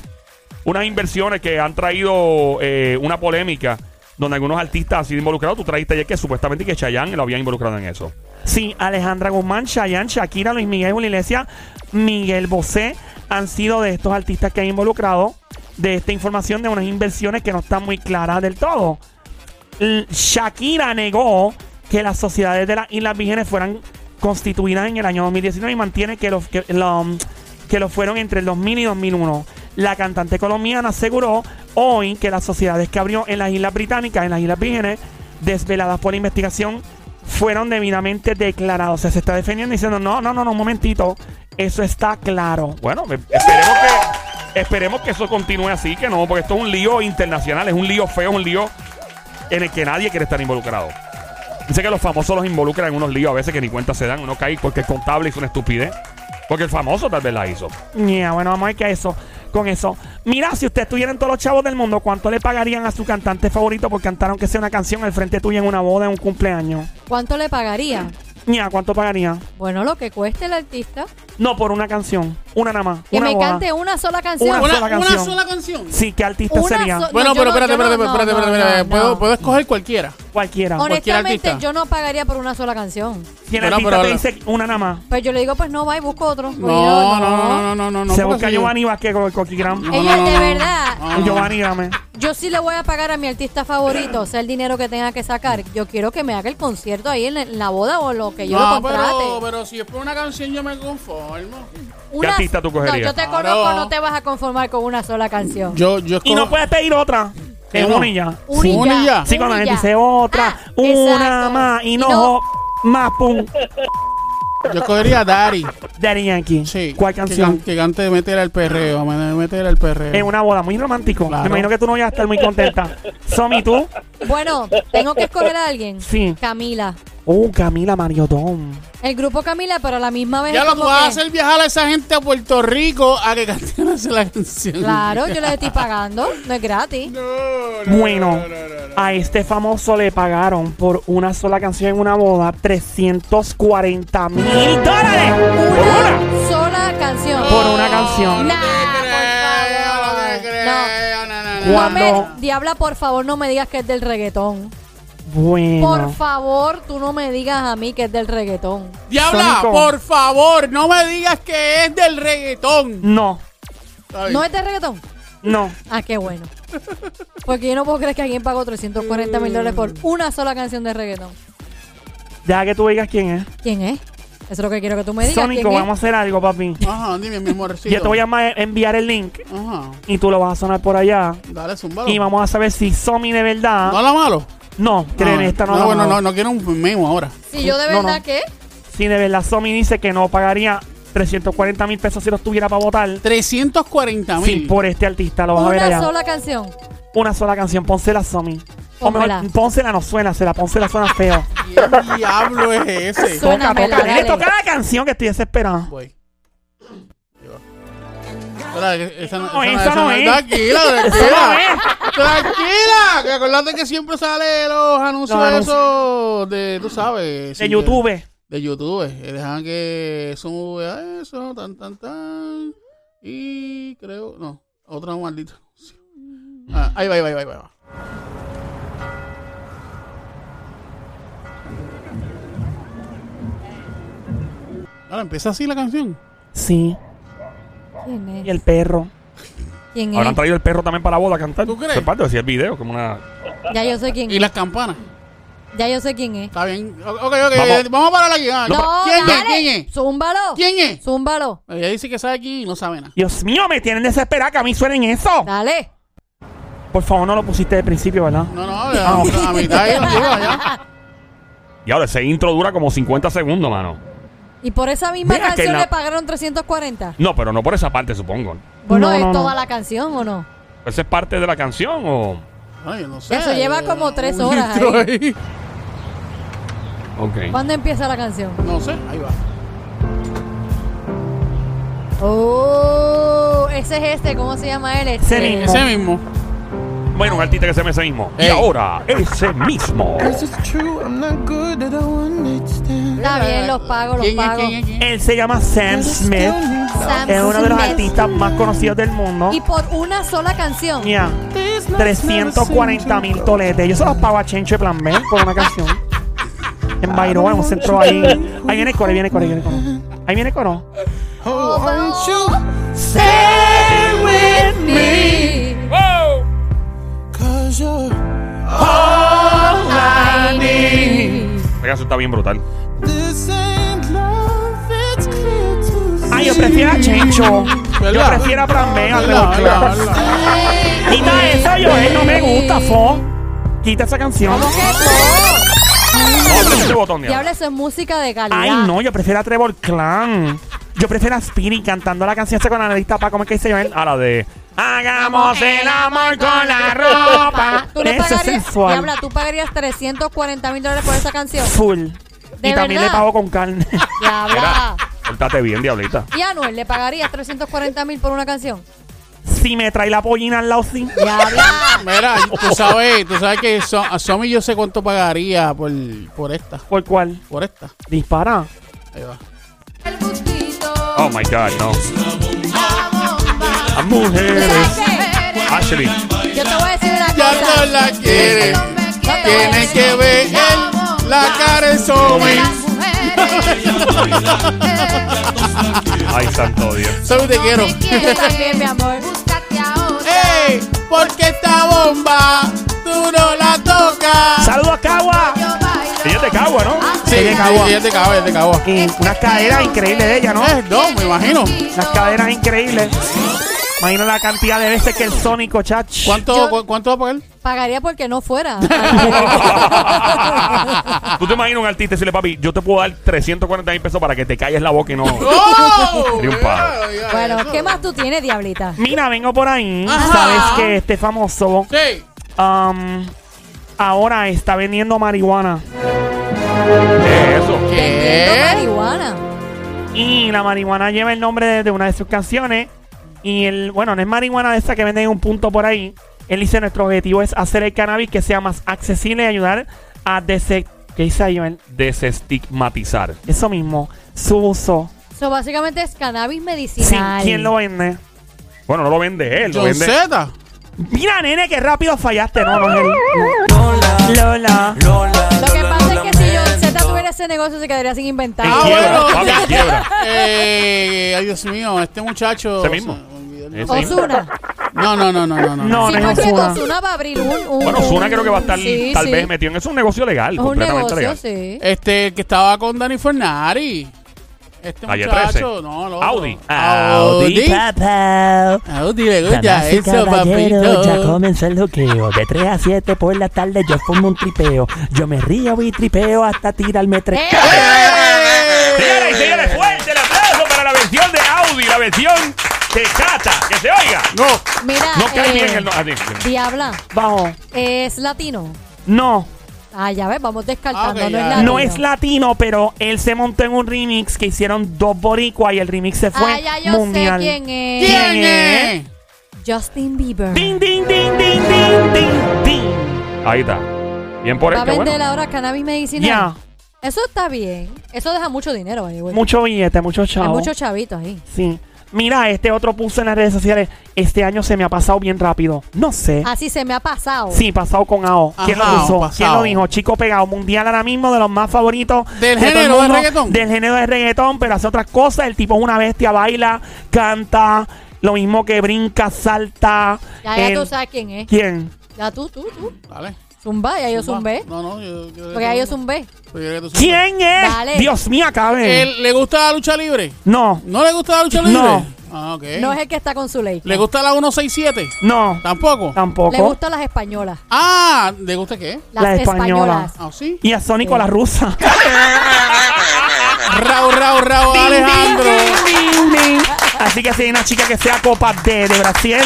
[SPEAKER 1] unas inversiones que han traído eh, una polémica donde algunos artistas han sido involucrados. Tú traíste ayer que supuestamente que Chayanne lo habían involucrado en eso.
[SPEAKER 2] Sí, Alejandra Guzmán, Chayanne, Shakira, Luis Miguel, Julio Iglesias, Miguel Bosé han sido de estos artistas que han involucrado de esta información de unas inversiones que no están muy claras del todo. L- Shakira negó que las sociedades de las Islas Vírgenes fueran constituidas en el año 2019 y mantiene que lo, que, lo, que lo fueron entre el 2000 y 2001. La cantante colombiana aseguró hoy que las sociedades que abrió en las Islas Británicas, en las Islas Vírgenes, desveladas por la investigación, fueron debidamente declaradas. O sea, se está defendiendo diciendo, no, no, no, no, un momentito, eso está claro.
[SPEAKER 1] Bueno, me- esperemos que esperemos que eso continúe así, que no, porque esto es un lío internacional, es un lío feo, un lío en el que nadie quiere estar involucrado. Dice que los famosos los involucran en unos líos a veces que ni cuenta se dan, uno cae porque el contable hizo una estupidez, porque el famoso tal vez la hizo.
[SPEAKER 2] Ya, bueno, vamos a ver qué es eso. Con eso. Mira, si ustedes tuvieran todos los chavos del mundo, ¿cuánto le pagarían a su cantante favorito por cantar aunque sea una canción al frente tuyo en una boda, en un cumpleaños?
[SPEAKER 4] ¿Cuánto le pagaría?
[SPEAKER 2] Ña, ¿cuánto pagaría?
[SPEAKER 4] Bueno, lo que cueste el artista.
[SPEAKER 2] No, por una canción. Una nada más.
[SPEAKER 4] Que
[SPEAKER 2] una
[SPEAKER 4] me
[SPEAKER 2] boda.
[SPEAKER 4] cante una sola canción.
[SPEAKER 2] Una
[SPEAKER 3] Una,
[SPEAKER 2] sola
[SPEAKER 3] una
[SPEAKER 2] canción.
[SPEAKER 3] sola canción.
[SPEAKER 2] Sí, ¿qué artista
[SPEAKER 4] Una
[SPEAKER 2] sería?
[SPEAKER 4] so-
[SPEAKER 3] Bueno,
[SPEAKER 4] No, yo
[SPEAKER 3] pero
[SPEAKER 4] no,
[SPEAKER 3] espérate,
[SPEAKER 4] yo no,
[SPEAKER 3] espérate,
[SPEAKER 4] no,
[SPEAKER 3] espérate,
[SPEAKER 4] no,
[SPEAKER 3] espérate, espérate.
[SPEAKER 4] no,
[SPEAKER 3] ¿Puedo,
[SPEAKER 4] no.
[SPEAKER 3] puedo escoger cualquiera.
[SPEAKER 2] Cualquiera.
[SPEAKER 3] Honest- cualquier
[SPEAKER 4] Honestamente,
[SPEAKER 3] artista.
[SPEAKER 4] yo no pagaría por una sola canción.
[SPEAKER 2] Si el
[SPEAKER 3] Bueno,
[SPEAKER 2] artista
[SPEAKER 3] pero
[SPEAKER 2] te
[SPEAKER 3] habla-
[SPEAKER 2] dice una nada más.
[SPEAKER 4] Pues yo le digo, pues no va y busco otro. Porque
[SPEAKER 3] No, no,
[SPEAKER 4] yo-
[SPEAKER 3] no, no, no, no. no
[SPEAKER 2] Se
[SPEAKER 3] porque
[SPEAKER 2] busca
[SPEAKER 3] sí. Ah.
[SPEAKER 2] Giovanni Vázquez con el Coqui Gram.
[SPEAKER 3] No,
[SPEAKER 4] Ella,
[SPEAKER 3] no, no,
[SPEAKER 4] de
[SPEAKER 3] no.
[SPEAKER 4] verdad,
[SPEAKER 3] No, no, no.
[SPEAKER 2] Giovanni Gram.
[SPEAKER 4] Yo sí le voy a pagar a mi artista favorito, o sea el dinero que tenga que sacar. Yo quiero que me haga el concierto ahí en la, en la boda o lo que yo lo
[SPEAKER 3] No,
[SPEAKER 4] contrate.
[SPEAKER 3] pero, pero si es por una canción yo me conformo.
[SPEAKER 4] Una-
[SPEAKER 1] artista tú cogerías?
[SPEAKER 4] No, yo te
[SPEAKER 3] Claro.
[SPEAKER 4] conozco, no te vas a conformar con una sola canción.
[SPEAKER 3] Yo, yo
[SPEAKER 2] Y no puedes pedir otra.
[SPEAKER 3] Que
[SPEAKER 2] Es
[SPEAKER 3] Eh, no.
[SPEAKER 2] una y ya.
[SPEAKER 4] Una y
[SPEAKER 3] Una y ya.
[SPEAKER 4] ya.
[SPEAKER 2] Sí, cuando la
[SPEAKER 4] una y
[SPEAKER 2] gente
[SPEAKER 4] ya.
[SPEAKER 2] dice otra,
[SPEAKER 4] Ah,
[SPEAKER 2] una
[SPEAKER 4] exacto.
[SPEAKER 2] más y no, jo- más pum.
[SPEAKER 3] Yo escogería a Dari.
[SPEAKER 2] Daddy Yankee.
[SPEAKER 3] Sí.
[SPEAKER 2] ¿Cuál
[SPEAKER 3] Que
[SPEAKER 2] canción?
[SPEAKER 3] can- Que cante de meter al perreo. man, de Meter al perreo.
[SPEAKER 2] En una boda, muy romántico.
[SPEAKER 3] Claro.
[SPEAKER 2] Me imagino que tú no vas a estar muy contenta. Somi, ¿tú?
[SPEAKER 4] Bueno, tengo que escoger a alguien.
[SPEAKER 2] Sí.
[SPEAKER 4] Camila.
[SPEAKER 2] Uh, Camila Mariotón.
[SPEAKER 4] El grupo Camila, pero a la misma vez.
[SPEAKER 3] Ya
[SPEAKER 4] es
[SPEAKER 3] lo
[SPEAKER 4] como
[SPEAKER 3] vas a
[SPEAKER 4] que-
[SPEAKER 3] hacer viajar a esa gente a Puerto Rico a que canten la canción.
[SPEAKER 4] Claro, yo les estoy pagando, no es gratis.
[SPEAKER 3] No, no,
[SPEAKER 2] Bueno,
[SPEAKER 3] no, no, no, no.
[SPEAKER 2] a este famoso le pagaron por una sola canción en una boda 340 mil dólares. Por una.
[SPEAKER 4] Una sola canción.
[SPEAKER 2] Por una canción.
[SPEAKER 3] No
[SPEAKER 4] Nah,
[SPEAKER 3] te creo, no
[SPEAKER 4] por favor.
[SPEAKER 3] te creo, no, no, no.
[SPEAKER 4] No
[SPEAKER 2] Cuando-
[SPEAKER 4] me, diabla, por favor, no me digas que es del reggaetón. Por
[SPEAKER 2] Bueno.
[SPEAKER 4] favor, tú no me digas a mí que es del reggaetón.
[SPEAKER 3] Diabla,
[SPEAKER 2] Sónico.
[SPEAKER 3] por favor, no me digas que es del reggaetón.
[SPEAKER 2] No,
[SPEAKER 3] Ay,
[SPEAKER 4] ¿No es del reggaetón?
[SPEAKER 2] no.
[SPEAKER 4] Ah, qué bueno. Porque yo no puedo creer que alguien pagó 340 mil dólares por una sola canción de reggaetón.
[SPEAKER 2] Deja que tú digas quién es.
[SPEAKER 4] ¿Quién es? Eso es lo que quiero que tú me digas.
[SPEAKER 2] Sónico,
[SPEAKER 4] ¿Quién es?
[SPEAKER 2] vamos a hacer algo, papi.
[SPEAKER 3] Ajá, dime, mi amorcito.
[SPEAKER 2] Yo te voy a ma- enviar el link
[SPEAKER 3] Ajá,
[SPEAKER 2] y tú lo vas a sonar por allá.
[SPEAKER 3] dale,
[SPEAKER 4] Oh.
[SPEAKER 3] zumbalo.
[SPEAKER 2] Y vamos a saber si Somi de verdad.
[SPEAKER 3] ¿No la malo?
[SPEAKER 2] No, creen, esta no, la
[SPEAKER 3] bueno,
[SPEAKER 2] mano.
[SPEAKER 3] no, no quiero un memo ahora.
[SPEAKER 4] Si yo de
[SPEAKER 2] No,
[SPEAKER 4] verdad
[SPEAKER 2] no.
[SPEAKER 4] que.
[SPEAKER 2] Cine la Somi dice que no pagaría 340 mil pesos si los tuviera para votar.
[SPEAKER 3] 340
[SPEAKER 2] Sí,
[SPEAKER 3] mil.
[SPEAKER 2] por este artista, lo vas a ver allá.
[SPEAKER 4] Una sola canción.
[SPEAKER 2] Una sola canción, Poncela Somi. O
[SPEAKER 4] Pónmela.
[SPEAKER 2] mejor, Poncela no suena, se la Poncela suena feo.
[SPEAKER 3] ¿Qué diablo es ese?
[SPEAKER 2] toca, toca,
[SPEAKER 4] dale.
[SPEAKER 2] dile, toca la canción que estoy desesperado.
[SPEAKER 3] Voy. Ahí va. Espera, esa
[SPEAKER 2] No, esa no es.
[SPEAKER 3] Tranquila,
[SPEAKER 2] Esa no
[SPEAKER 3] tranquila.
[SPEAKER 2] es.
[SPEAKER 3] Tranquila. Que acordate que siempre sale los anuncios
[SPEAKER 2] Los anuncios.
[SPEAKER 3] esos de, tú sabes.
[SPEAKER 2] De
[SPEAKER 3] sí,
[SPEAKER 2] YouTube.
[SPEAKER 3] De YouTube. eh, Dejan que sube a eso, tan, tan, tan. Y creo, no, otra maldita. anuncio. Ah, ahí va, ahí va, ahí va, ahí va. Ahora empieza así la canción.
[SPEAKER 2] Sí,
[SPEAKER 4] ¿Quién
[SPEAKER 2] y
[SPEAKER 4] es?
[SPEAKER 2] el perro.
[SPEAKER 4] ¿Quién
[SPEAKER 1] Habrán
[SPEAKER 4] es?
[SPEAKER 1] traído el perro también para la boda a cantar.
[SPEAKER 3] ¿Tú crees?
[SPEAKER 1] Se parte decía el video, como una.
[SPEAKER 4] Ya yo sé quién
[SPEAKER 3] Y
[SPEAKER 4] es.
[SPEAKER 3] las campanas.
[SPEAKER 4] Ya yo sé quién es.
[SPEAKER 3] Está bien. O- Ok, ok. Vamos, a parar aquí. Ah,
[SPEAKER 4] No,
[SPEAKER 3] ¿Quién es?
[SPEAKER 4] dale.
[SPEAKER 3] ¿Quién es?
[SPEAKER 4] Zúmbalo.
[SPEAKER 3] ¿Quién es?
[SPEAKER 4] Zúmbalo.
[SPEAKER 3] Ella dice que sabe aquí y no sabe nada.
[SPEAKER 2] Dios mío, me tienen desesperada que a mí suenen eso.
[SPEAKER 4] Dale.
[SPEAKER 2] Por favor, no lo pusiste de principio, ¿verdad?
[SPEAKER 3] No, no, ya, a mitad ahí lo lleva ya.
[SPEAKER 1] Y ahora ese intro dura como 50 segundos, mano.
[SPEAKER 4] Y por esa misma
[SPEAKER 1] Mira que
[SPEAKER 4] canción
[SPEAKER 1] la-
[SPEAKER 4] le pagaron 340.
[SPEAKER 1] No, pero no por esa parte, supongo.
[SPEAKER 4] Bueno,
[SPEAKER 2] No,
[SPEAKER 4] ¿es
[SPEAKER 2] no,
[SPEAKER 4] toda
[SPEAKER 2] no.
[SPEAKER 4] la canción o no?
[SPEAKER 1] ¿Esa es parte de la canción o.?
[SPEAKER 3] Ay, yo no sé.
[SPEAKER 4] Eso lleva como tres
[SPEAKER 3] Un
[SPEAKER 4] horas
[SPEAKER 3] intro
[SPEAKER 4] ahí.
[SPEAKER 3] ahí.
[SPEAKER 1] Ok.
[SPEAKER 4] ¿Cuándo empieza la canción?
[SPEAKER 3] No sé, ahí va.
[SPEAKER 4] Oh, ese es este, ¿cómo se llama él? Este?
[SPEAKER 2] Ese mismo.
[SPEAKER 3] Ese mismo.
[SPEAKER 1] Bueno, un artista que se me ese mismo. Y
[SPEAKER 3] Ey.
[SPEAKER 1] ahora, ese mismo.
[SPEAKER 4] Está bien, los pago, los
[SPEAKER 3] ¿Quién es?
[SPEAKER 4] pago.
[SPEAKER 3] ¿Quién es? ¿Quién es?
[SPEAKER 2] Él se llama Sam Smith.
[SPEAKER 4] Sam
[SPEAKER 2] Es uno de los
[SPEAKER 4] Smith.
[SPEAKER 2] artistas más conocidos del mundo.
[SPEAKER 4] Y por una sola canción.
[SPEAKER 2] Ya. 340 mil toletes. Yo se los pago a Chencho de Plan B por una canción. En Bayroa, en un centro ahí. Ahí viene el coro, ahí viene el coro, ahí viene el coro. Ahí viene el coro.
[SPEAKER 4] Sí.
[SPEAKER 1] Ese caso está bien brutal.
[SPEAKER 2] Ay, Ah, yo prefiero a Chencho. Yo
[SPEAKER 3] ¿Verdad?
[SPEAKER 2] prefiero a Plan B. al
[SPEAKER 3] Habla, habla,
[SPEAKER 2] revés.
[SPEAKER 3] habla.
[SPEAKER 2] Quita esa, yo eh, no me gusta, fo. Quita esa canción.
[SPEAKER 1] No, pero ese Este botón, diablo.
[SPEAKER 4] Diablo, eso es música de calidad.
[SPEAKER 2] Ay, no, yo prefiero a Trevor Clan. Yo prefiero a Spirit cantando la canción esa con la analista para ¿Cómo es que dice Joel?
[SPEAKER 1] A Ah, la de.
[SPEAKER 2] Hagamos el amor con la ropa.
[SPEAKER 4] ¿Tú no
[SPEAKER 2] Eso es
[SPEAKER 4] pagarías,
[SPEAKER 2] sensual.
[SPEAKER 4] Diabla, tú pagarías 340 mil dólares por esa canción.
[SPEAKER 2] Full.
[SPEAKER 4] ¿De
[SPEAKER 2] Y también
[SPEAKER 4] verdad?
[SPEAKER 2] le pago con carne.
[SPEAKER 1] Era.
[SPEAKER 4] Diabla.
[SPEAKER 1] Pórtate bien, diablita.
[SPEAKER 4] Y Anuel, ¿le pagarías 340 mil por una canción?
[SPEAKER 2] si me trae la pollina al lado, sí.
[SPEAKER 4] Diabla.
[SPEAKER 3] Mira, tú sabes, tú sabes que so, a Somi yo sé cuánto pagaría por, por esta.
[SPEAKER 2] ¿Por cuál?
[SPEAKER 3] Por esta.
[SPEAKER 2] Dispara.
[SPEAKER 3] Ahí va.
[SPEAKER 1] Oh my god, no. A mujeres. Ashley.
[SPEAKER 4] Yo te voy a decir una
[SPEAKER 3] Ya
[SPEAKER 4] cosa.
[SPEAKER 3] no la quiere.
[SPEAKER 4] No te voy a
[SPEAKER 3] Tiene
[SPEAKER 4] decir-
[SPEAKER 3] que ver el- la cara de Somi.
[SPEAKER 1] Ay, santo Dios.
[SPEAKER 3] Somi te quiero.
[SPEAKER 4] Yo también, mi amor.
[SPEAKER 3] ¡Ey! Porque esta bomba tú no la tocas.
[SPEAKER 2] Saludos, Cagua.
[SPEAKER 1] Ella es de Cagua, ¿no?
[SPEAKER 3] Sí,
[SPEAKER 2] Ella es Cagua.
[SPEAKER 3] ella te cagó, ella te cagó.
[SPEAKER 2] Y unas caderas increíbles de ella, ¿no?
[SPEAKER 3] Eh, No, me imagino.
[SPEAKER 2] Unas caderas increíbles. Imagina la cantidad de veces que el Sónico, chach.
[SPEAKER 3] ¿Cuánto,
[SPEAKER 4] Yo-
[SPEAKER 3] cu- ¿Cuánto va a pagar?
[SPEAKER 4] Pagaría porque no fuera.
[SPEAKER 1] ¿Tú te imaginas un artista decirle, papi, yo te puedo dar 340 mil pesos para que te calles la boca y no.
[SPEAKER 3] ¡Oh!
[SPEAKER 1] Ni un palo.
[SPEAKER 3] Ya, ya,
[SPEAKER 4] bueno,
[SPEAKER 3] eso.
[SPEAKER 4] ¿qué más tú tienes, Diablita?
[SPEAKER 2] Mira, vengo por ahí.
[SPEAKER 3] Ajá.
[SPEAKER 2] Sabes que este famoso
[SPEAKER 3] Sí.
[SPEAKER 2] um, ahora está vendiendo marihuana.
[SPEAKER 1] ¿Qué es eso?
[SPEAKER 4] Vendiendo
[SPEAKER 3] ¿Qué?
[SPEAKER 4] marihuana.
[SPEAKER 2] Y la marihuana lleva el nombre de, de una de sus canciones. Y el, bueno, no es marihuana de esa que venden en un punto por ahí. Él dice, nuestro objetivo es hacer el cannabis que sea más accesible y ayudar a dese... ¿Qué dice ahí, Joel?
[SPEAKER 1] Desestigmatizar.
[SPEAKER 2] Eso mismo, su uso.
[SPEAKER 4] Eso básicamente es cannabis
[SPEAKER 2] Sí,
[SPEAKER 4] medicinal.
[SPEAKER 2] ¿Quién lo vende?
[SPEAKER 1] Bueno, no lo vende él, lo
[SPEAKER 3] John
[SPEAKER 1] vende.
[SPEAKER 3] Z.
[SPEAKER 2] Mira, nene, qué rápido fallaste. No, no es él. No. Lola.
[SPEAKER 4] Lo que pasa es que si yo Z tuviera ese negocio se quedaría sin inventario.
[SPEAKER 1] En
[SPEAKER 3] Ah,
[SPEAKER 1] quiebra,
[SPEAKER 3] bueno.
[SPEAKER 1] papi, en quiebra.
[SPEAKER 3] Eh, ay, Dios mío, este muchacho.
[SPEAKER 1] Ese mismo. Ese mismo.
[SPEAKER 4] Osuna.
[SPEAKER 3] No, no, no, no, no. no.
[SPEAKER 2] No,
[SPEAKER 4] si
[SPEAKER 2] no
[SPEAKER 4] no
[SPEAKER 2] es
[SPEAKER 4] es que
[SPEAKER 2] Ozuna.
[SPEAKER 4] Ozuna va a abrir un. un-
[SPEAKER 1] Bueno, Zuna creo que va a estar
[SPEAKER 4] Sí,
[SPEAKER 1] tal
[SPEAKER 4] sí.
[SPEAKER 1] vez metido en eso. Es un negocio legal,
[SPEAKER 4] Es un
[SPEAKER 1] completamente
[SPEAKER 4] negocio,
[SPEAKER 1] legal.
[SPEAKER 4] sí.
[SPEAKER 3] Este, el que estaba con Dani Fornari. Este
[SPEAKER 1] Calle
[SPEAKER 3] muchacho,
[SPEAKER 1] 13.
[SPEAKER 3] no, no.
[SPEAKER 1] Audi.
[SPEAKER 3] Audi.
[SPEAKER 8] Papá.
[SPEAKER 3] Audi le gusta
[SPEAKER 8] Damas y
[SPEAKER 3] eso,
[SPEAKER 8] caballeros, ya
[SPEAKER 3] papito.
[SPEAKER 8] comenzó el loqueo. De 3 a 7 por la tarde yo fumo un tripeo. Yo me río y tripeo hasta tirarme tres.
[SPEAKER 4] ¡Eh!
[SPEAKER 1] la versión de Cata. Que se oiga. No.
[SPEAKER 4] Mira,
[SPEAKER 1] No cae
[SPEAKER 4] eh,
[SPEAKER 1] bien el no- ah, dime, dime.
[SPEAKER 4] Diabla,
[SPEAKER 2] Vamos.
[SPEAKER 4] ¿es latino?
[SPEAKER 2] No.
[SPEAKER 4] Ah, ya ves, vamos descartando.
[SPEAKER 2] No
[SPEAKER 4] no es
[SPEAKER 2] es,
[SPEAKER 4] latino.
[SPEAKER 2] latino, pero él se montó en un remix que hicieron dos boricuas y el remix se fue
[SPEAKER 4] Ah, ya yo
[SPEAKER 2] mundial.
[SPEAKER 4] sé quién es.
[SPEAKER 2] ¿Quién es?
[SPEAKER 4] Justin Bieber.
[SPEAKER 2] Ding, ding, ding, ding, ding, ding, ding.
[SPEAKER 1] Ahí está. Bien por
[SPEAKER 4] Va
[SPEAKER 1] él,
[SPEAKER 4] a
[SPEAKER 1] qué
[SPEAKER 4] vender
[SPEAKER 1] bueno.
[SPEAKER 4] ahora cannabis medicinal.
[SPEAKER 2] Ya.
[SPEAKER 4] Eso está bien. Eso deja mucho dinero, by the way.
[SPEAKER 2] Mucho billete, mucho
[SPEAKER 4] Hay
[SPEAKER 2] chavo.
[SPEAKER 4] muchos chavitos ahí.
[SPEAKER 2] Sí. Mira, este otro puso en las redes sociales. Este año se me ha pasado bien rápido. No sé.
[SPEAKER 4] Así se me ha pasado.
[SPEAKER 2] Sí, pasado con AO. ¿Quién
[SPEAKER 12] Ajá,
[SPEAKER 2] lo puso?
[SPEAKER 12] pasado.
[SPEAKER 2] ¿Quién lo dijo? Chico pegado. Mundial ahora mismo de los más favoritos.
[SPEAKER 12] ¿Del
[SPEAKER 2] todo el
[SPEAKER 12] género de
[SPEAKER 2] mundo.
[SPEAKER 12] reggaetón?
[SPEAKER 2] Del género de reggaetón, pero hace otras cosas. El tipo es una bestia, baila, canta. Lo mismo que brinca, salta.
[SPEAKER 4] Ya, ya
[SPEAKER 2] El-
[SPEAKER 4] tú sabes quién es.
[SPEAKER 2] ¿Quién?
[SPEAKER 4] Ya tú, tú, tú.
[SPEAKER 12] Dale.
[SPEAKER 4] Zumba, ya yo
[SPEAKER 12] Zumba.
[SPEAKER 4] zumbé.
[SPEAKER 12] No, no, yo. yo
[SPEAKER 4] Porque ya yo zumbé.
[SPEAKER 12] Pero yo creo que tú zumbas.
[SPEAKER 2] ¿Quién es?
[SPEAKER 4] Dale.
[SPEAKER 2] Dios mío, acabe.
[SPEAKER 12] ¿Él- ¿Le gusta la lucha libre?
[SPEAKER 2] No,
[SPEAKER 12] ¿No le gusta la lucha libre?
[SPEAKER 2] No.
[SPEAKER 12] Ah, ok.
[SPEAKER 4] No es el que está con su ley.
[SPEAKER 12] ¿Le gusta la 167?
[SPEAKER 2] no,
[SPEAKER 12] ¿Tampoco?
[SPEAKER 2] tampoco.
[SPEAKER 4] Le gustan las españolas.
[SPEAKER 12] Ah, ¿le gusta qué?
[SPEAKER 4] Las
[SPEAKER 2] La española.
[SPEAKER 4] españolas.
[SPEAKER 12] Ah, sí.
[SPEAKER 2] Y a Sónico la rusa.
[SPEAKER 12] Raúl, Raúl, Raúl, Alejandro.
[SPEAKER 2] Ding, ding. Así que si hay una chica que sea copa de, de Brasil,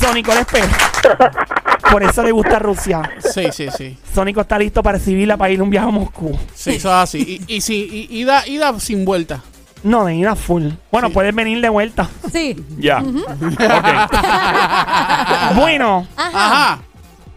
[SPEAKER 2] Sónico le espera. Por eso le gusta Rusia.
[SPEAKER 12] Sí, sí, sí.
[SPEAKER 2] Sónico está listo para recibirla para ir un viaje a Moscú.
[SPEAKER 12] Sí, eso es así. Y, y, sí, y, y da, y da sin vuelta.
[SPEAKER 2] No, de ir a full. Bueno, puedes venir de vuelta.
[SPEAKER 4] Sí.
[SPEAKER 1] Ya.
[SPEAKER 2] bueno,
[SPEAKER 12] Ajá.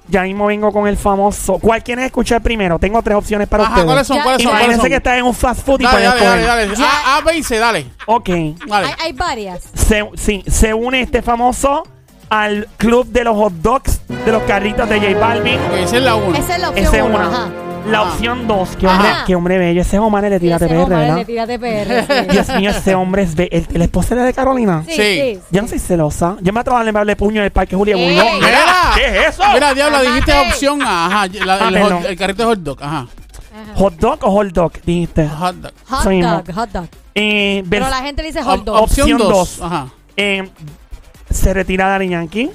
[SPEAKER 2] ya mismo vengo con el famoso. ¿Cuál quieren escuchar primero? Tengo tres opciones para
[SPEAKER 12] Ajá,
[SPEAKER 2] ustedes.
[SPEAKER 12] ¿cuáles son?
[SPEAKER 4] Ya.
[SPEAKER 12] ¿Cuáles son? ¿Cuáles
[SPEAKER 2] Imagínense
[SPEAKER 12] son?
[SPEAKER 2] que este estás en un fast food y
[SPEAKER 12] Dale,
[SPEAKER 2] puedes
[SPEAKER 12] dale,
[SPEAKER 2] escoger.
[SPEAKER 12] dale, dale. A, A, B y C, dale.
[SPEAKER 2] Ok.
[SPEAKER 12] Dale.
[SPEAKER 4] Hay, hay varias.
[SPEAKER 2] Se, sí, se une este famoso al club de los hot dogs de los carritos de J Balvin.
[SPEAKER 12] Ok, esa es la 1.
[SPEAKER 4] Esa es la opción
[SPEAKER 2] Esa es
[SPEAKER 4] uno,
[SPEAKER 2] una.
[SPEAKER 4] Ajá.
[SPEAKER 2] La
[SPEAKER 12] Ajá.
[SPEAKER 2] opción dos, que hombre,
[SPEAKER 4] Ajá.
[SPEAKER 2] qué hombre bello. Ese es Omar el de Tírate
[SPEAKER 4] Ese
[SPEAKER 2] PR,
[SPEAKER 4] Omar,
[SPEAKER 2] ¿verdad?
[SPEAKER 4] el de Tírate PR, sí.
[SPEAKER 2] Dios mío, ese hombre es bello. ¿El, el esposo era de Carolina?
[SPEAKER 4] Sí,
[SPEAKER 12] Sí.
[SPEAKER 4] sí.
[SPEAKER 2] Yo no soy celosa. Yo me atrevo a darle puño en el parque Julia
[SPEAKER 4] Ey.
[SPEAKER 2] Bullo.
[SPEAKER 4] Mira,
[SPEAKER 1] ¿Qué es eso?
[SPEAKER 12] Mira, diablo, dijiste
[SPEAKER 4] Cálmate.
[SPEAKER 12] opción A. Ajá, la-
[SPEAKER 2] Ah,
[SPEAKER 12] el, hot-
[SPEAKER 2] perdón.
[SPEAKER 12] el carrito de hot dog. Ajá.
[SPEAKER 2] ¿Hot dog o hot dog? Dijiste.
[SPEAKER 12] Hot dog.
[SPEAKER 4] Hot
[SPEAKER 2] Eso mismo.
[SPEAKER 4] dog, hot dog.
[SPEAKER 2] Eh, vers-
[SPEAKER 4] Pero la gente le dice hot
[SPEAKER 12] Op-
[SPEAKER 4] dog.
[SPEAKER 2] Opción
[SPEAKER 12] Opción
[SPEAKER 2] dos.
[SPEAKER 12] 2. Ajá.
[SPEAKER 2] eh, se retira Dari Yankee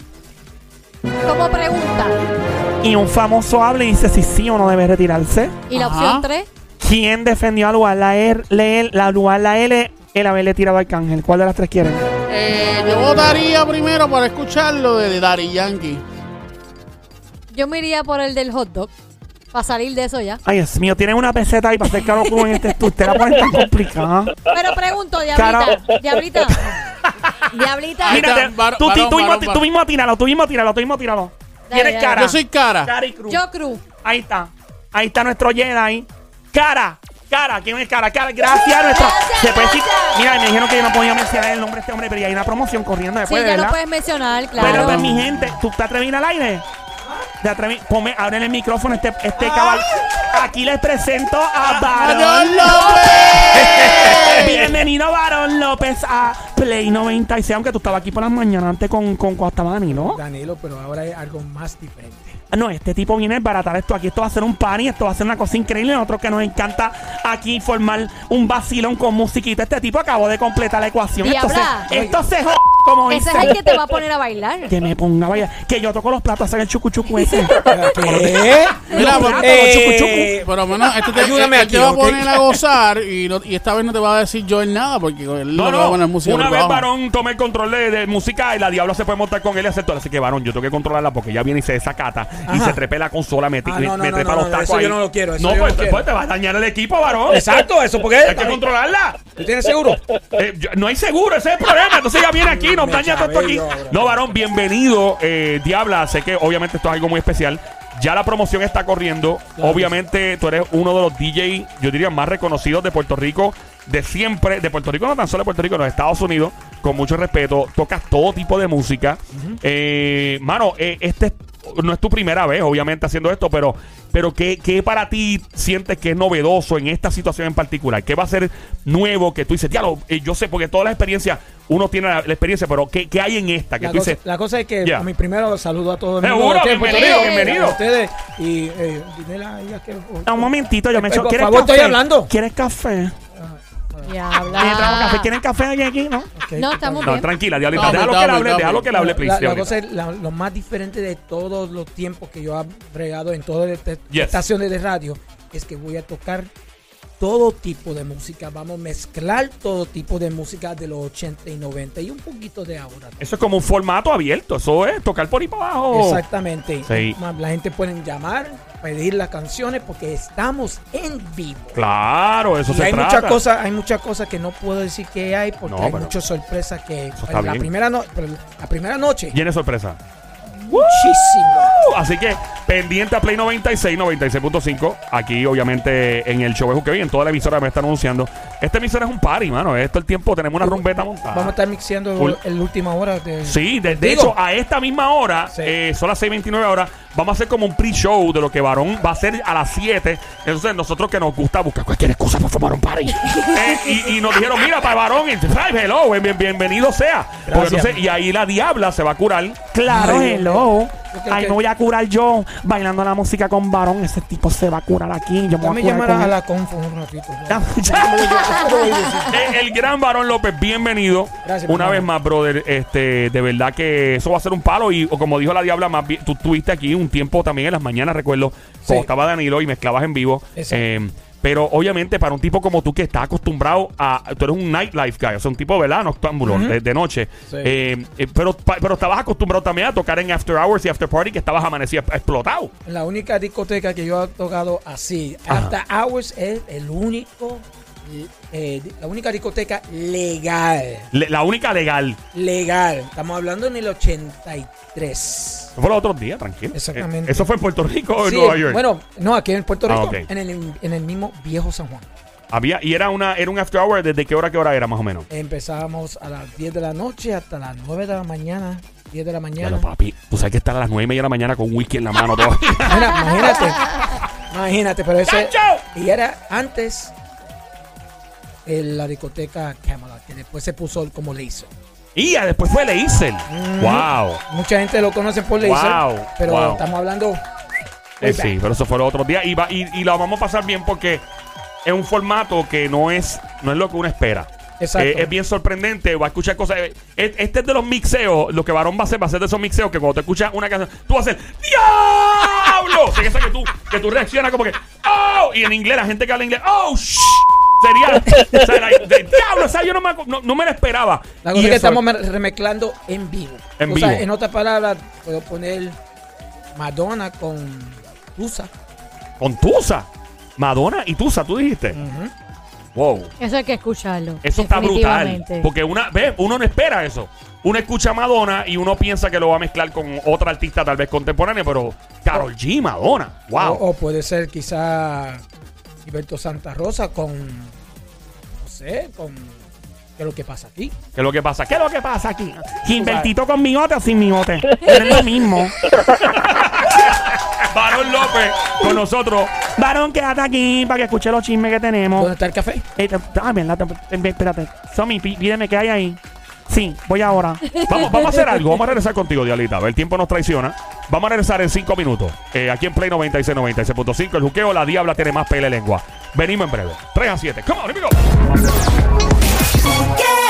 [SPEAKER 4] Como pregunta.
[SPEAKER 2] y un famoso habla y dice si sí o no debe retirarse.
[SPEAKER 4] Y la
[SPEAKER 12] Ajá.
[SPEAKER 4] opción tres.
[SPEAKER 2] ¿Quién defendió a lugar la R, le- la, lugar la L el haberle tirado al cángel? ¿Cuál de las tres quieren?
[SPEAKER 12] Eh, yo votaría primero para escucharlo de Daddy Yankee.
[SPEAKER 4] Yo me iría por el del hot dog. Para salir de eso ya.
[SPEAKER 2] Ay, Dios mío, tienen una peseta ahí para hacer caro cruz en este estudio. Ustedes la ponen tan complicada.
[SPEAKER 4] Pero pregunto, Diablita.
[SPEAKER 2] Cara-
[SPEAKER 4] Diablita. Diablita.
[SPEAKER 12] Ahí
[SPEAKER 2] Mira,
[SPEAKER 12] está,
[SPEAKER 2] te-
[SPEAKER 12] varón,
[SPEAKER 2] tú, ti- tú,
[SPEAKER 12] varón,
[SPEAKER 2] mismo,
[SPEAKER 12] varón,
[SPEAKER 2] ti- tú
[SPEAKER 12] varón.
[SPEAKER 2] mismo tíralo, tú mismo tíralo, tú mismo tíralo.
[SPEAKER 4] Dale,
[SPEAKER 2] Tienes
[SPEAKER 4] dale.
[SPEAKER 2] cara.
[SPEAKER 12] Yo soy cara.
[SPEAKER 2] Cara y cruz.
[SPEAKER 4] Yo cruz.
[SPEAKER 2] Ahí está. Ahí está nuestro Jedi. Cara. Cara, ¿quién es cara? Cara, gracias a nuestro.
[SPEAKER 4] Gracias,
[SPEAKER 2] Se puede decir-
[SPEAKER 4] gracias.
[SPEAKER 2] Mira, me dijeron que yo no podía mencionar el nombre de este hombre, pero ya hay una promoción corriendo
[SPEAKER 4] Sí,
[SPEAKER 2] después,
[SPEAKER 4] ya
[SPEAKER 2] ¿verdad?
[SPEAKER 4] lo puedes mencionar,
[SPEAKER 2] Pero pues, mi
[SPEAKER 4] claro.
[SPEAKER 2] gente, ¿tú te atreves al aire? Te atreves, ponme, ábrele el micrófono a este, este
[SPEAKER 4] Ah.
[SPEAKER 2] cabal. Aquí les presento
[SPEAKER 12] Ah,
[SPEAKER 2] a Barón
[SPEAKER 12] Varón
[SPEAKER 2] López. Bienvenido, Barón López, a Play 96. Aunque tú estabas aquí por las mañanas antes con, con, con estaba Danilo.
[SPEAKER 13] Danilo, pero ahora es algo más diferente.
[SPEAKER 2] No, este tipo viene a baratar esto aquí. Esto va a ser un party, esto va a ser una cosa increíble. Nosotros que nos encanta aquí formar un vacilón con musiquita. Este tipo acabó de completar la ecuación. Esto
[SPEAKER 4] Diabla.
[SPEAKER 2] se, esto se jod- como
[SPEAKER 4] Ese es
[SPEAKER 2] dicen.
[SPEAKER 4] el que te va a poner a bailar.
[SPEAKER 2] Que me ponga vaya. Que yo toco los platos en el chucuchucu ese.
[SPEAKER 13] ¿Qué?
[SPEAKER 12] Mira, por-
[SPEAKER 13] Eh,
[SPEAKER 12] Por lo menos, este te,
[SPEAKER 13] Ayúdame
[SPEAKER 12] este te
[SPEAKER 13] aquí,
[SPEAKER 12] va a
[SPEAKER 13] ¿ok?
[SPEAKER 12] poner a gozar y, no- y esta vez no te va a decir yo en nada porque él no,
[SPEAKER 1] No,
[SPEAKER 12] te va a
[SPEAKER 1] no.
[SPEAKER 12] poner música.
[SPEAKER 1] Una
[SPEAKER 12] por
[SPEAKER 1] vez
[SPEAKER 12] abajo.
[SPEAKER 1] Varón tome el control de, de música y la diabla se puede montar con él y hacer todo. Así que Varón, yo tengo que controlarla porque ella viene y se desacata y
[SPEAKER 13] Ajá.
[SPEAKER 1] se trepe la consola, me,
[SPEAKER 13] Ah,
[SPEAKER 1] me-
[SPEAKER 13] no, no,
[SPEAKER 1] me
[SPEAKER 13] no,
[SPEAKER 1] trepa
[SPEAKER 13] no,
[SPEAKER 1] los
[SPEAKER 13] no,
[SPEAKER 1] tacos.
[SPEAKER 13] eso
[SPEAKER 1] ahí.
[SPEAKER 13] yo no lo quiero, eso
[SPEAKER 1] no,
[SPEAKER 13] yo no
[SPEAKER 1] pues,
[SPEAKER 13] lo
[SPEAKER 1] te-
[SPEAKER 13] quiero.
[SPEAKER 1] pues, te va a dañar el equipo, Varón.
[SPEAKER 13] Exacto, eso porque
[SPEAKER 1] Hay que controlarla.
[SPEAKER 13] ¿Tú tienes seguro?
[SPEAKER 1] Eh, yo- no hay seguro, ese es el problema. Entonces ella viene aquí, nos
[SPEAKER 13] Me
[SPEAKER 1] daña todo esto aquí.
[SPEAKER 13] chabello ahora.
[SPEAKER 1] No, varón, bienvenido, eh, Diabla. Sé que obviamente esto es algo muy especial. Ya la promoción está corriendo. Obviamente tú eres uno de los DJ, yo diría, más reconocidos de Puerto Rico, de siempre. De Puerto Rico, no tan solo de Puerto Rico, de los Estados Unidos. Con mucho respeto, tocas todo tipo de música. Eh, mano, eh, este es- no es tu primera vez, obviamente, haciendo esto, pero, pero ¿qué, ¿qué para ti sientes que es novedoso en esta situación en particular? ¿Qué va a ser nuevo que tú dices, diablo, eh, yo sé, porque todas las experiencias, uno tiene la, la experiencia, pero ¿qué, qué hay en esta? Que
[SPEAKER 13] La
[SPEAKER 1] tú
[SPEAKER 13] cosa,
[SPEAKER 1] dices,
[SPEAKER 13] la cosa es que
[SPEAKER 1] Ya.
[SPEAKER 13] a mi primero saludo a todos.
[SPEAKER 1] Seguro,
[SPEAKER 13] amigos de ustedes,
[SPEAKER 1] bienvenido,
[SPEAKER 13] porque-
[SPEAKER 1] bienvenido.
[SPEAKER 13] a Ustedes y eh, dile a ella que...
[SPEAKER 2] No, un momentito, yo me
[SPEAKER 13] Eh,
[SPEAKER 2] echo.
[SPEAKER 13] por
[SPEAKER 2] ¿Quieres
[SPEAKER 13] favor,
[SPEAKER 2] café?
[SPEAKER 13] estoy hablando.
[SPEAKER 2] ¿Quieres café?
[SPEAKER 4] Ah.
[SPEAKER 2] ¿Quieren café?
[SPEAKER 4] Diabla.
[SPEAKER 2] ¿Quieren café alguien aquí? No.
[SPEAKER 13] Ok.
[SPEAKER 4] No, estamos
[SPEAKER 1] no,
[SPEAKER 4] bien.
[SPEAKER 1] tranquila, diablita,
[SPEAKER 12] Dame,
[SPEAKER 1] déjalo que
[SPEAKER 12] dame,
[SPEAKER 1] le hable,
[SPEAKER 12] dame.
[SPEAKER 1] déjalo que le hable, please.
[SPEAKER 13] La, la
[SPEAKER 1] diablita.
[SPEAKER 13] cosa es la- lo más diferente de todos los tiempos que yo he bregado en todas las
[SPEAKER 1] Yes.
[SPEAKER 13] estaciones de radio es que voy a tocar todo tipo de música. Vamos a mezclar todo tipo de música de los 80 y 90 y un poquito de ahora.
[SPEAKER 1] Eso es como un formato abierto. Eso es tocar por ahí para abajo.
[SPEAKER 13] Exactamente.
[SPEAKER 1] Sí.
[SPEAKER 13] Ma- La gente pueden llamar, pedir las canciones porque estamos en vivo.
[SPEAKER 1] Claro, eso
[SPEAKER 13] Y
[SPEAKER 1] se
[SPEAKER 13] hay
[SPEAKER 1] trata.
[SPEAKER 13] muchas cosas, hay muchas cosas que no puedo decir que hay porque
[SPEAKER 1] No,
[SPEAKER 13] hay
[SPEAKER 1] pero-
[SPEAKER 13] muchas sorpresas que
[SPEAKER 1] está
[SPEAKER 13] la
[SPEAKER 1] bien.
[SPEAKER 13] primera no, pero la primera noche
[SPEAKER 1] Viene sorpresa.
[SPEAKER 13] muchísimo.
[SPEAKER 1] Uh, Así que pendiente a Play 96, 96.5. Aquí, obviamente, en el show es que en toda la emisora me están anunciando. Esta emisora es un party, mano. Es todo el tiempo tenemos una rumbeta montada.
[SPEAKER 13] Vamos a estar mixeando
[SPEAKER 1] Full.
[SPEAKER 13] el última hora de
[SPEAKER 1] Sí, de, de
[SPEAKER 13] Digo.
[SPEAKER 1] hecho, a esta misma hora, eh, son las 6.29 horas, vamos a hacer como un pre-show de lo que Varón va a hacer a las 7. Entonces, nosotros que nos gusta buscar cualquier excusa para formar un party. Eh, y, y nos dijeron, mira, para Varón, el drive, hello, bien- bien- bienvenido sea. Porque
[SPEAKER 2] Gracias.
[SPEAKER 1] entonces, y ahí la diabla se va a curar.
[SPEAKER 2] Claro, hello.
[SPEAKER 13] creo
[SPEAKER 2] Ahí
[SPEAKER 13] que-
[SPEAKER 2] me voy a curar yo bailando la música con varón. Ese tipo se va a curar aquí. Yo me voy
[SPEAKER 13] Dame
[SPEAKER 2] a curar
[SPEAKER 13] llamar a
[SPEAKER 2] con
[SPEAKER 13] la confo un ratito.
[SPEAKER 1] Eh, el gran varón López, bienvenido.
[SPEAKER 13] Gracias,
[SPEAKER 1] Una
[SPEAKER 13] mi
[SPEAKER 1] vez más, brother. Este, de verdad que eso va a ser un palo. Y o como dijo la Diabla, más bien, tú estuviste aquí un tiempo también en las mañanas, recuerdo, cuando estaba Danilo y mezclabas en vivo.
[SPEAKER 13] Exacto.
[SPEAKER 1] Eh, pero obviamente, para un tipo como tú que está acostumbrado a. Tú eres un nightlife guy, o sea, un tipo, ¿verdad? Noctámbulo,
[SPEAKER 13] Ujú.
[SPEAKER 1] de, de noche.
[SPEAKER 13] Sí.
[SPEAKER 1] Eh, eh, pero, pa- pero estabas acostumbrado también a tocar en after hours y after party, que estabas amanecido, explotado.
[SPEAKER 13] La única discoteca que yo he tocado así,
[SPEAKER 1] Ajá.
[SPEAKER 13] After Hours es el único, eh, la única discoteca legal.
[SPEAKER 1] Le- la única legal.
[SPEAKER 13] Legal. Estamos hablando en el 83.
[SPEAKER 1] Eso fue los otros días, tranquilo.
[SPEAKER 13] Exactamente.
[SPEAKER 1] Eh, ¿Eso fue en Puerto Rico o en
[SPEAKER 13] Sí,
[SPEAKER 1] Nueva York?
[SPEAKER 13] Bueno, no, aquí en Puerto
[SPEAKER 1] Ah,
[SPEAKER 13] Rico,
[SPEAKER 1] ok.
[SPEAKER 13] en, el, en el mismo viejo San Juan.
[SPEAKER 1] Había, y era una, era un after hour, ¿desde qué hora a qué hora era más o menos?
[SPEAKER 13] Empezábamos a las 10 de la noche hasta las 9 de la mañana. 10 de la
[SPEAKER 1] Ya
[SPEAKER 13] mañana.
[SPEAKER 1] lo papi, tú sabes que estar a las nueve y media de la mañana con whisky en la mano todo.
[SPEAKER 13] Mira, imagínate. imagínate, pero ese. Y era antes eh, la discoteca Camelot, que después se puso como Laser.
[SPEAKER 1] y ya después fue Leisel.
[SPEAKER 13] Ujú.
[SPEAKER 1] Wow.
[SPEAKER 13] Mucha gente lo conoce por Laser.
[SPEAKER 1] Wow,
[SPEAKER 13] pero
[SPEAKER 1] wow.
[SPEAKER 13] estamos hablando.
[SPEAKER 1] Eh,
[SPEAKER 13] Pues
[SPEAKER 1] sí, pero eso fue los otros días. Y, va, y, y la vamos a pasar bien porque es un formato que no es, no es lo que uno espera.
[SPEAKER 13] Exacto.
[SPEAKER 1] Eh, es bien sorprendente, va a escuchar cosas. eh, eh, Este es de los mixeos, lo que Varón va a hacer, va a ser de esos mixeos que cuando te escuchas una canción, tú vas a hacer ¡Diablo! Sí, esa que tú, que tú reaccionas como que ¡Oh! Y en inglés, la gente que habla inglés, ¡Oh! sh-". Sería, o sea, era de, ¡Diablo! O sea, yo no me, acu- no, no me la esperaba.
[SPEAKER 13] La
[SPEAKER 1] Y
[SPEAKER 13] cosa es
[SPEAKER 1] eso-
[SPEAKER 13] que estamos mer- remezclando en vivo.
[SPEAKER 1] En
[SPEAKER 13] o sea,
[SPEAKER 1] vivo.
[SPEAKER 13] en otras palabras, puedo poner Madonna con Tusa.
[SPEAKER 1] Con Tusa. Madonna y Tusa, tú dijiste. Wow.
[SPEAKER 4] Eso hay que escucharlo.
[SPEAKER 1] Eso está brutal.
[SPEAKER 4] definitivamente.
[SPEAKER 1] Porque una, ve, uno no espera eso. Uno escucha a Madonna y uno piensa que lo va a mezclar con otra artista tal vez contemporánea, pero Carol G, Madonna. Wow.
[SPEAKER 13] O, o puede ser quizá Gilberto Santa Rosa con. No sé, con. ¿Qué es lo que pasa aquí?
[SPEAKER 1] ¿Qué es lo que pasa? ¿Qué es lo que pasa aquí?
[SPEAKER 2] Gilbertito con bigote o sin bigote. es lo mismo.
[SPEAKER 1] Varón López con nosotros.
[SPEAKER 2] Varón, quédate aquí para que escuche los chismes que tenemos.
[SPEAKER 13] ¿Dónde está el café?
[SPEAKER 2] Eh, t- ah, bien, la- eh, espérate. Somi, pi- pídeme qué hay ahí. Sí, voy ahora.
[SPEAKER 1] Vamos, vamos a hacer algo. Vamos a regresar contigo, Dialita. A ver, El tiempo nos traiciona. Vamos a regresar en 5 minutos. Eh, aquí en Play 96, 96.5. El juqueo, la diabla tiene más pele lengua. Venimos en breve. 3 a 7. Come on, here we go.
[SPEAKER 3] Yeah.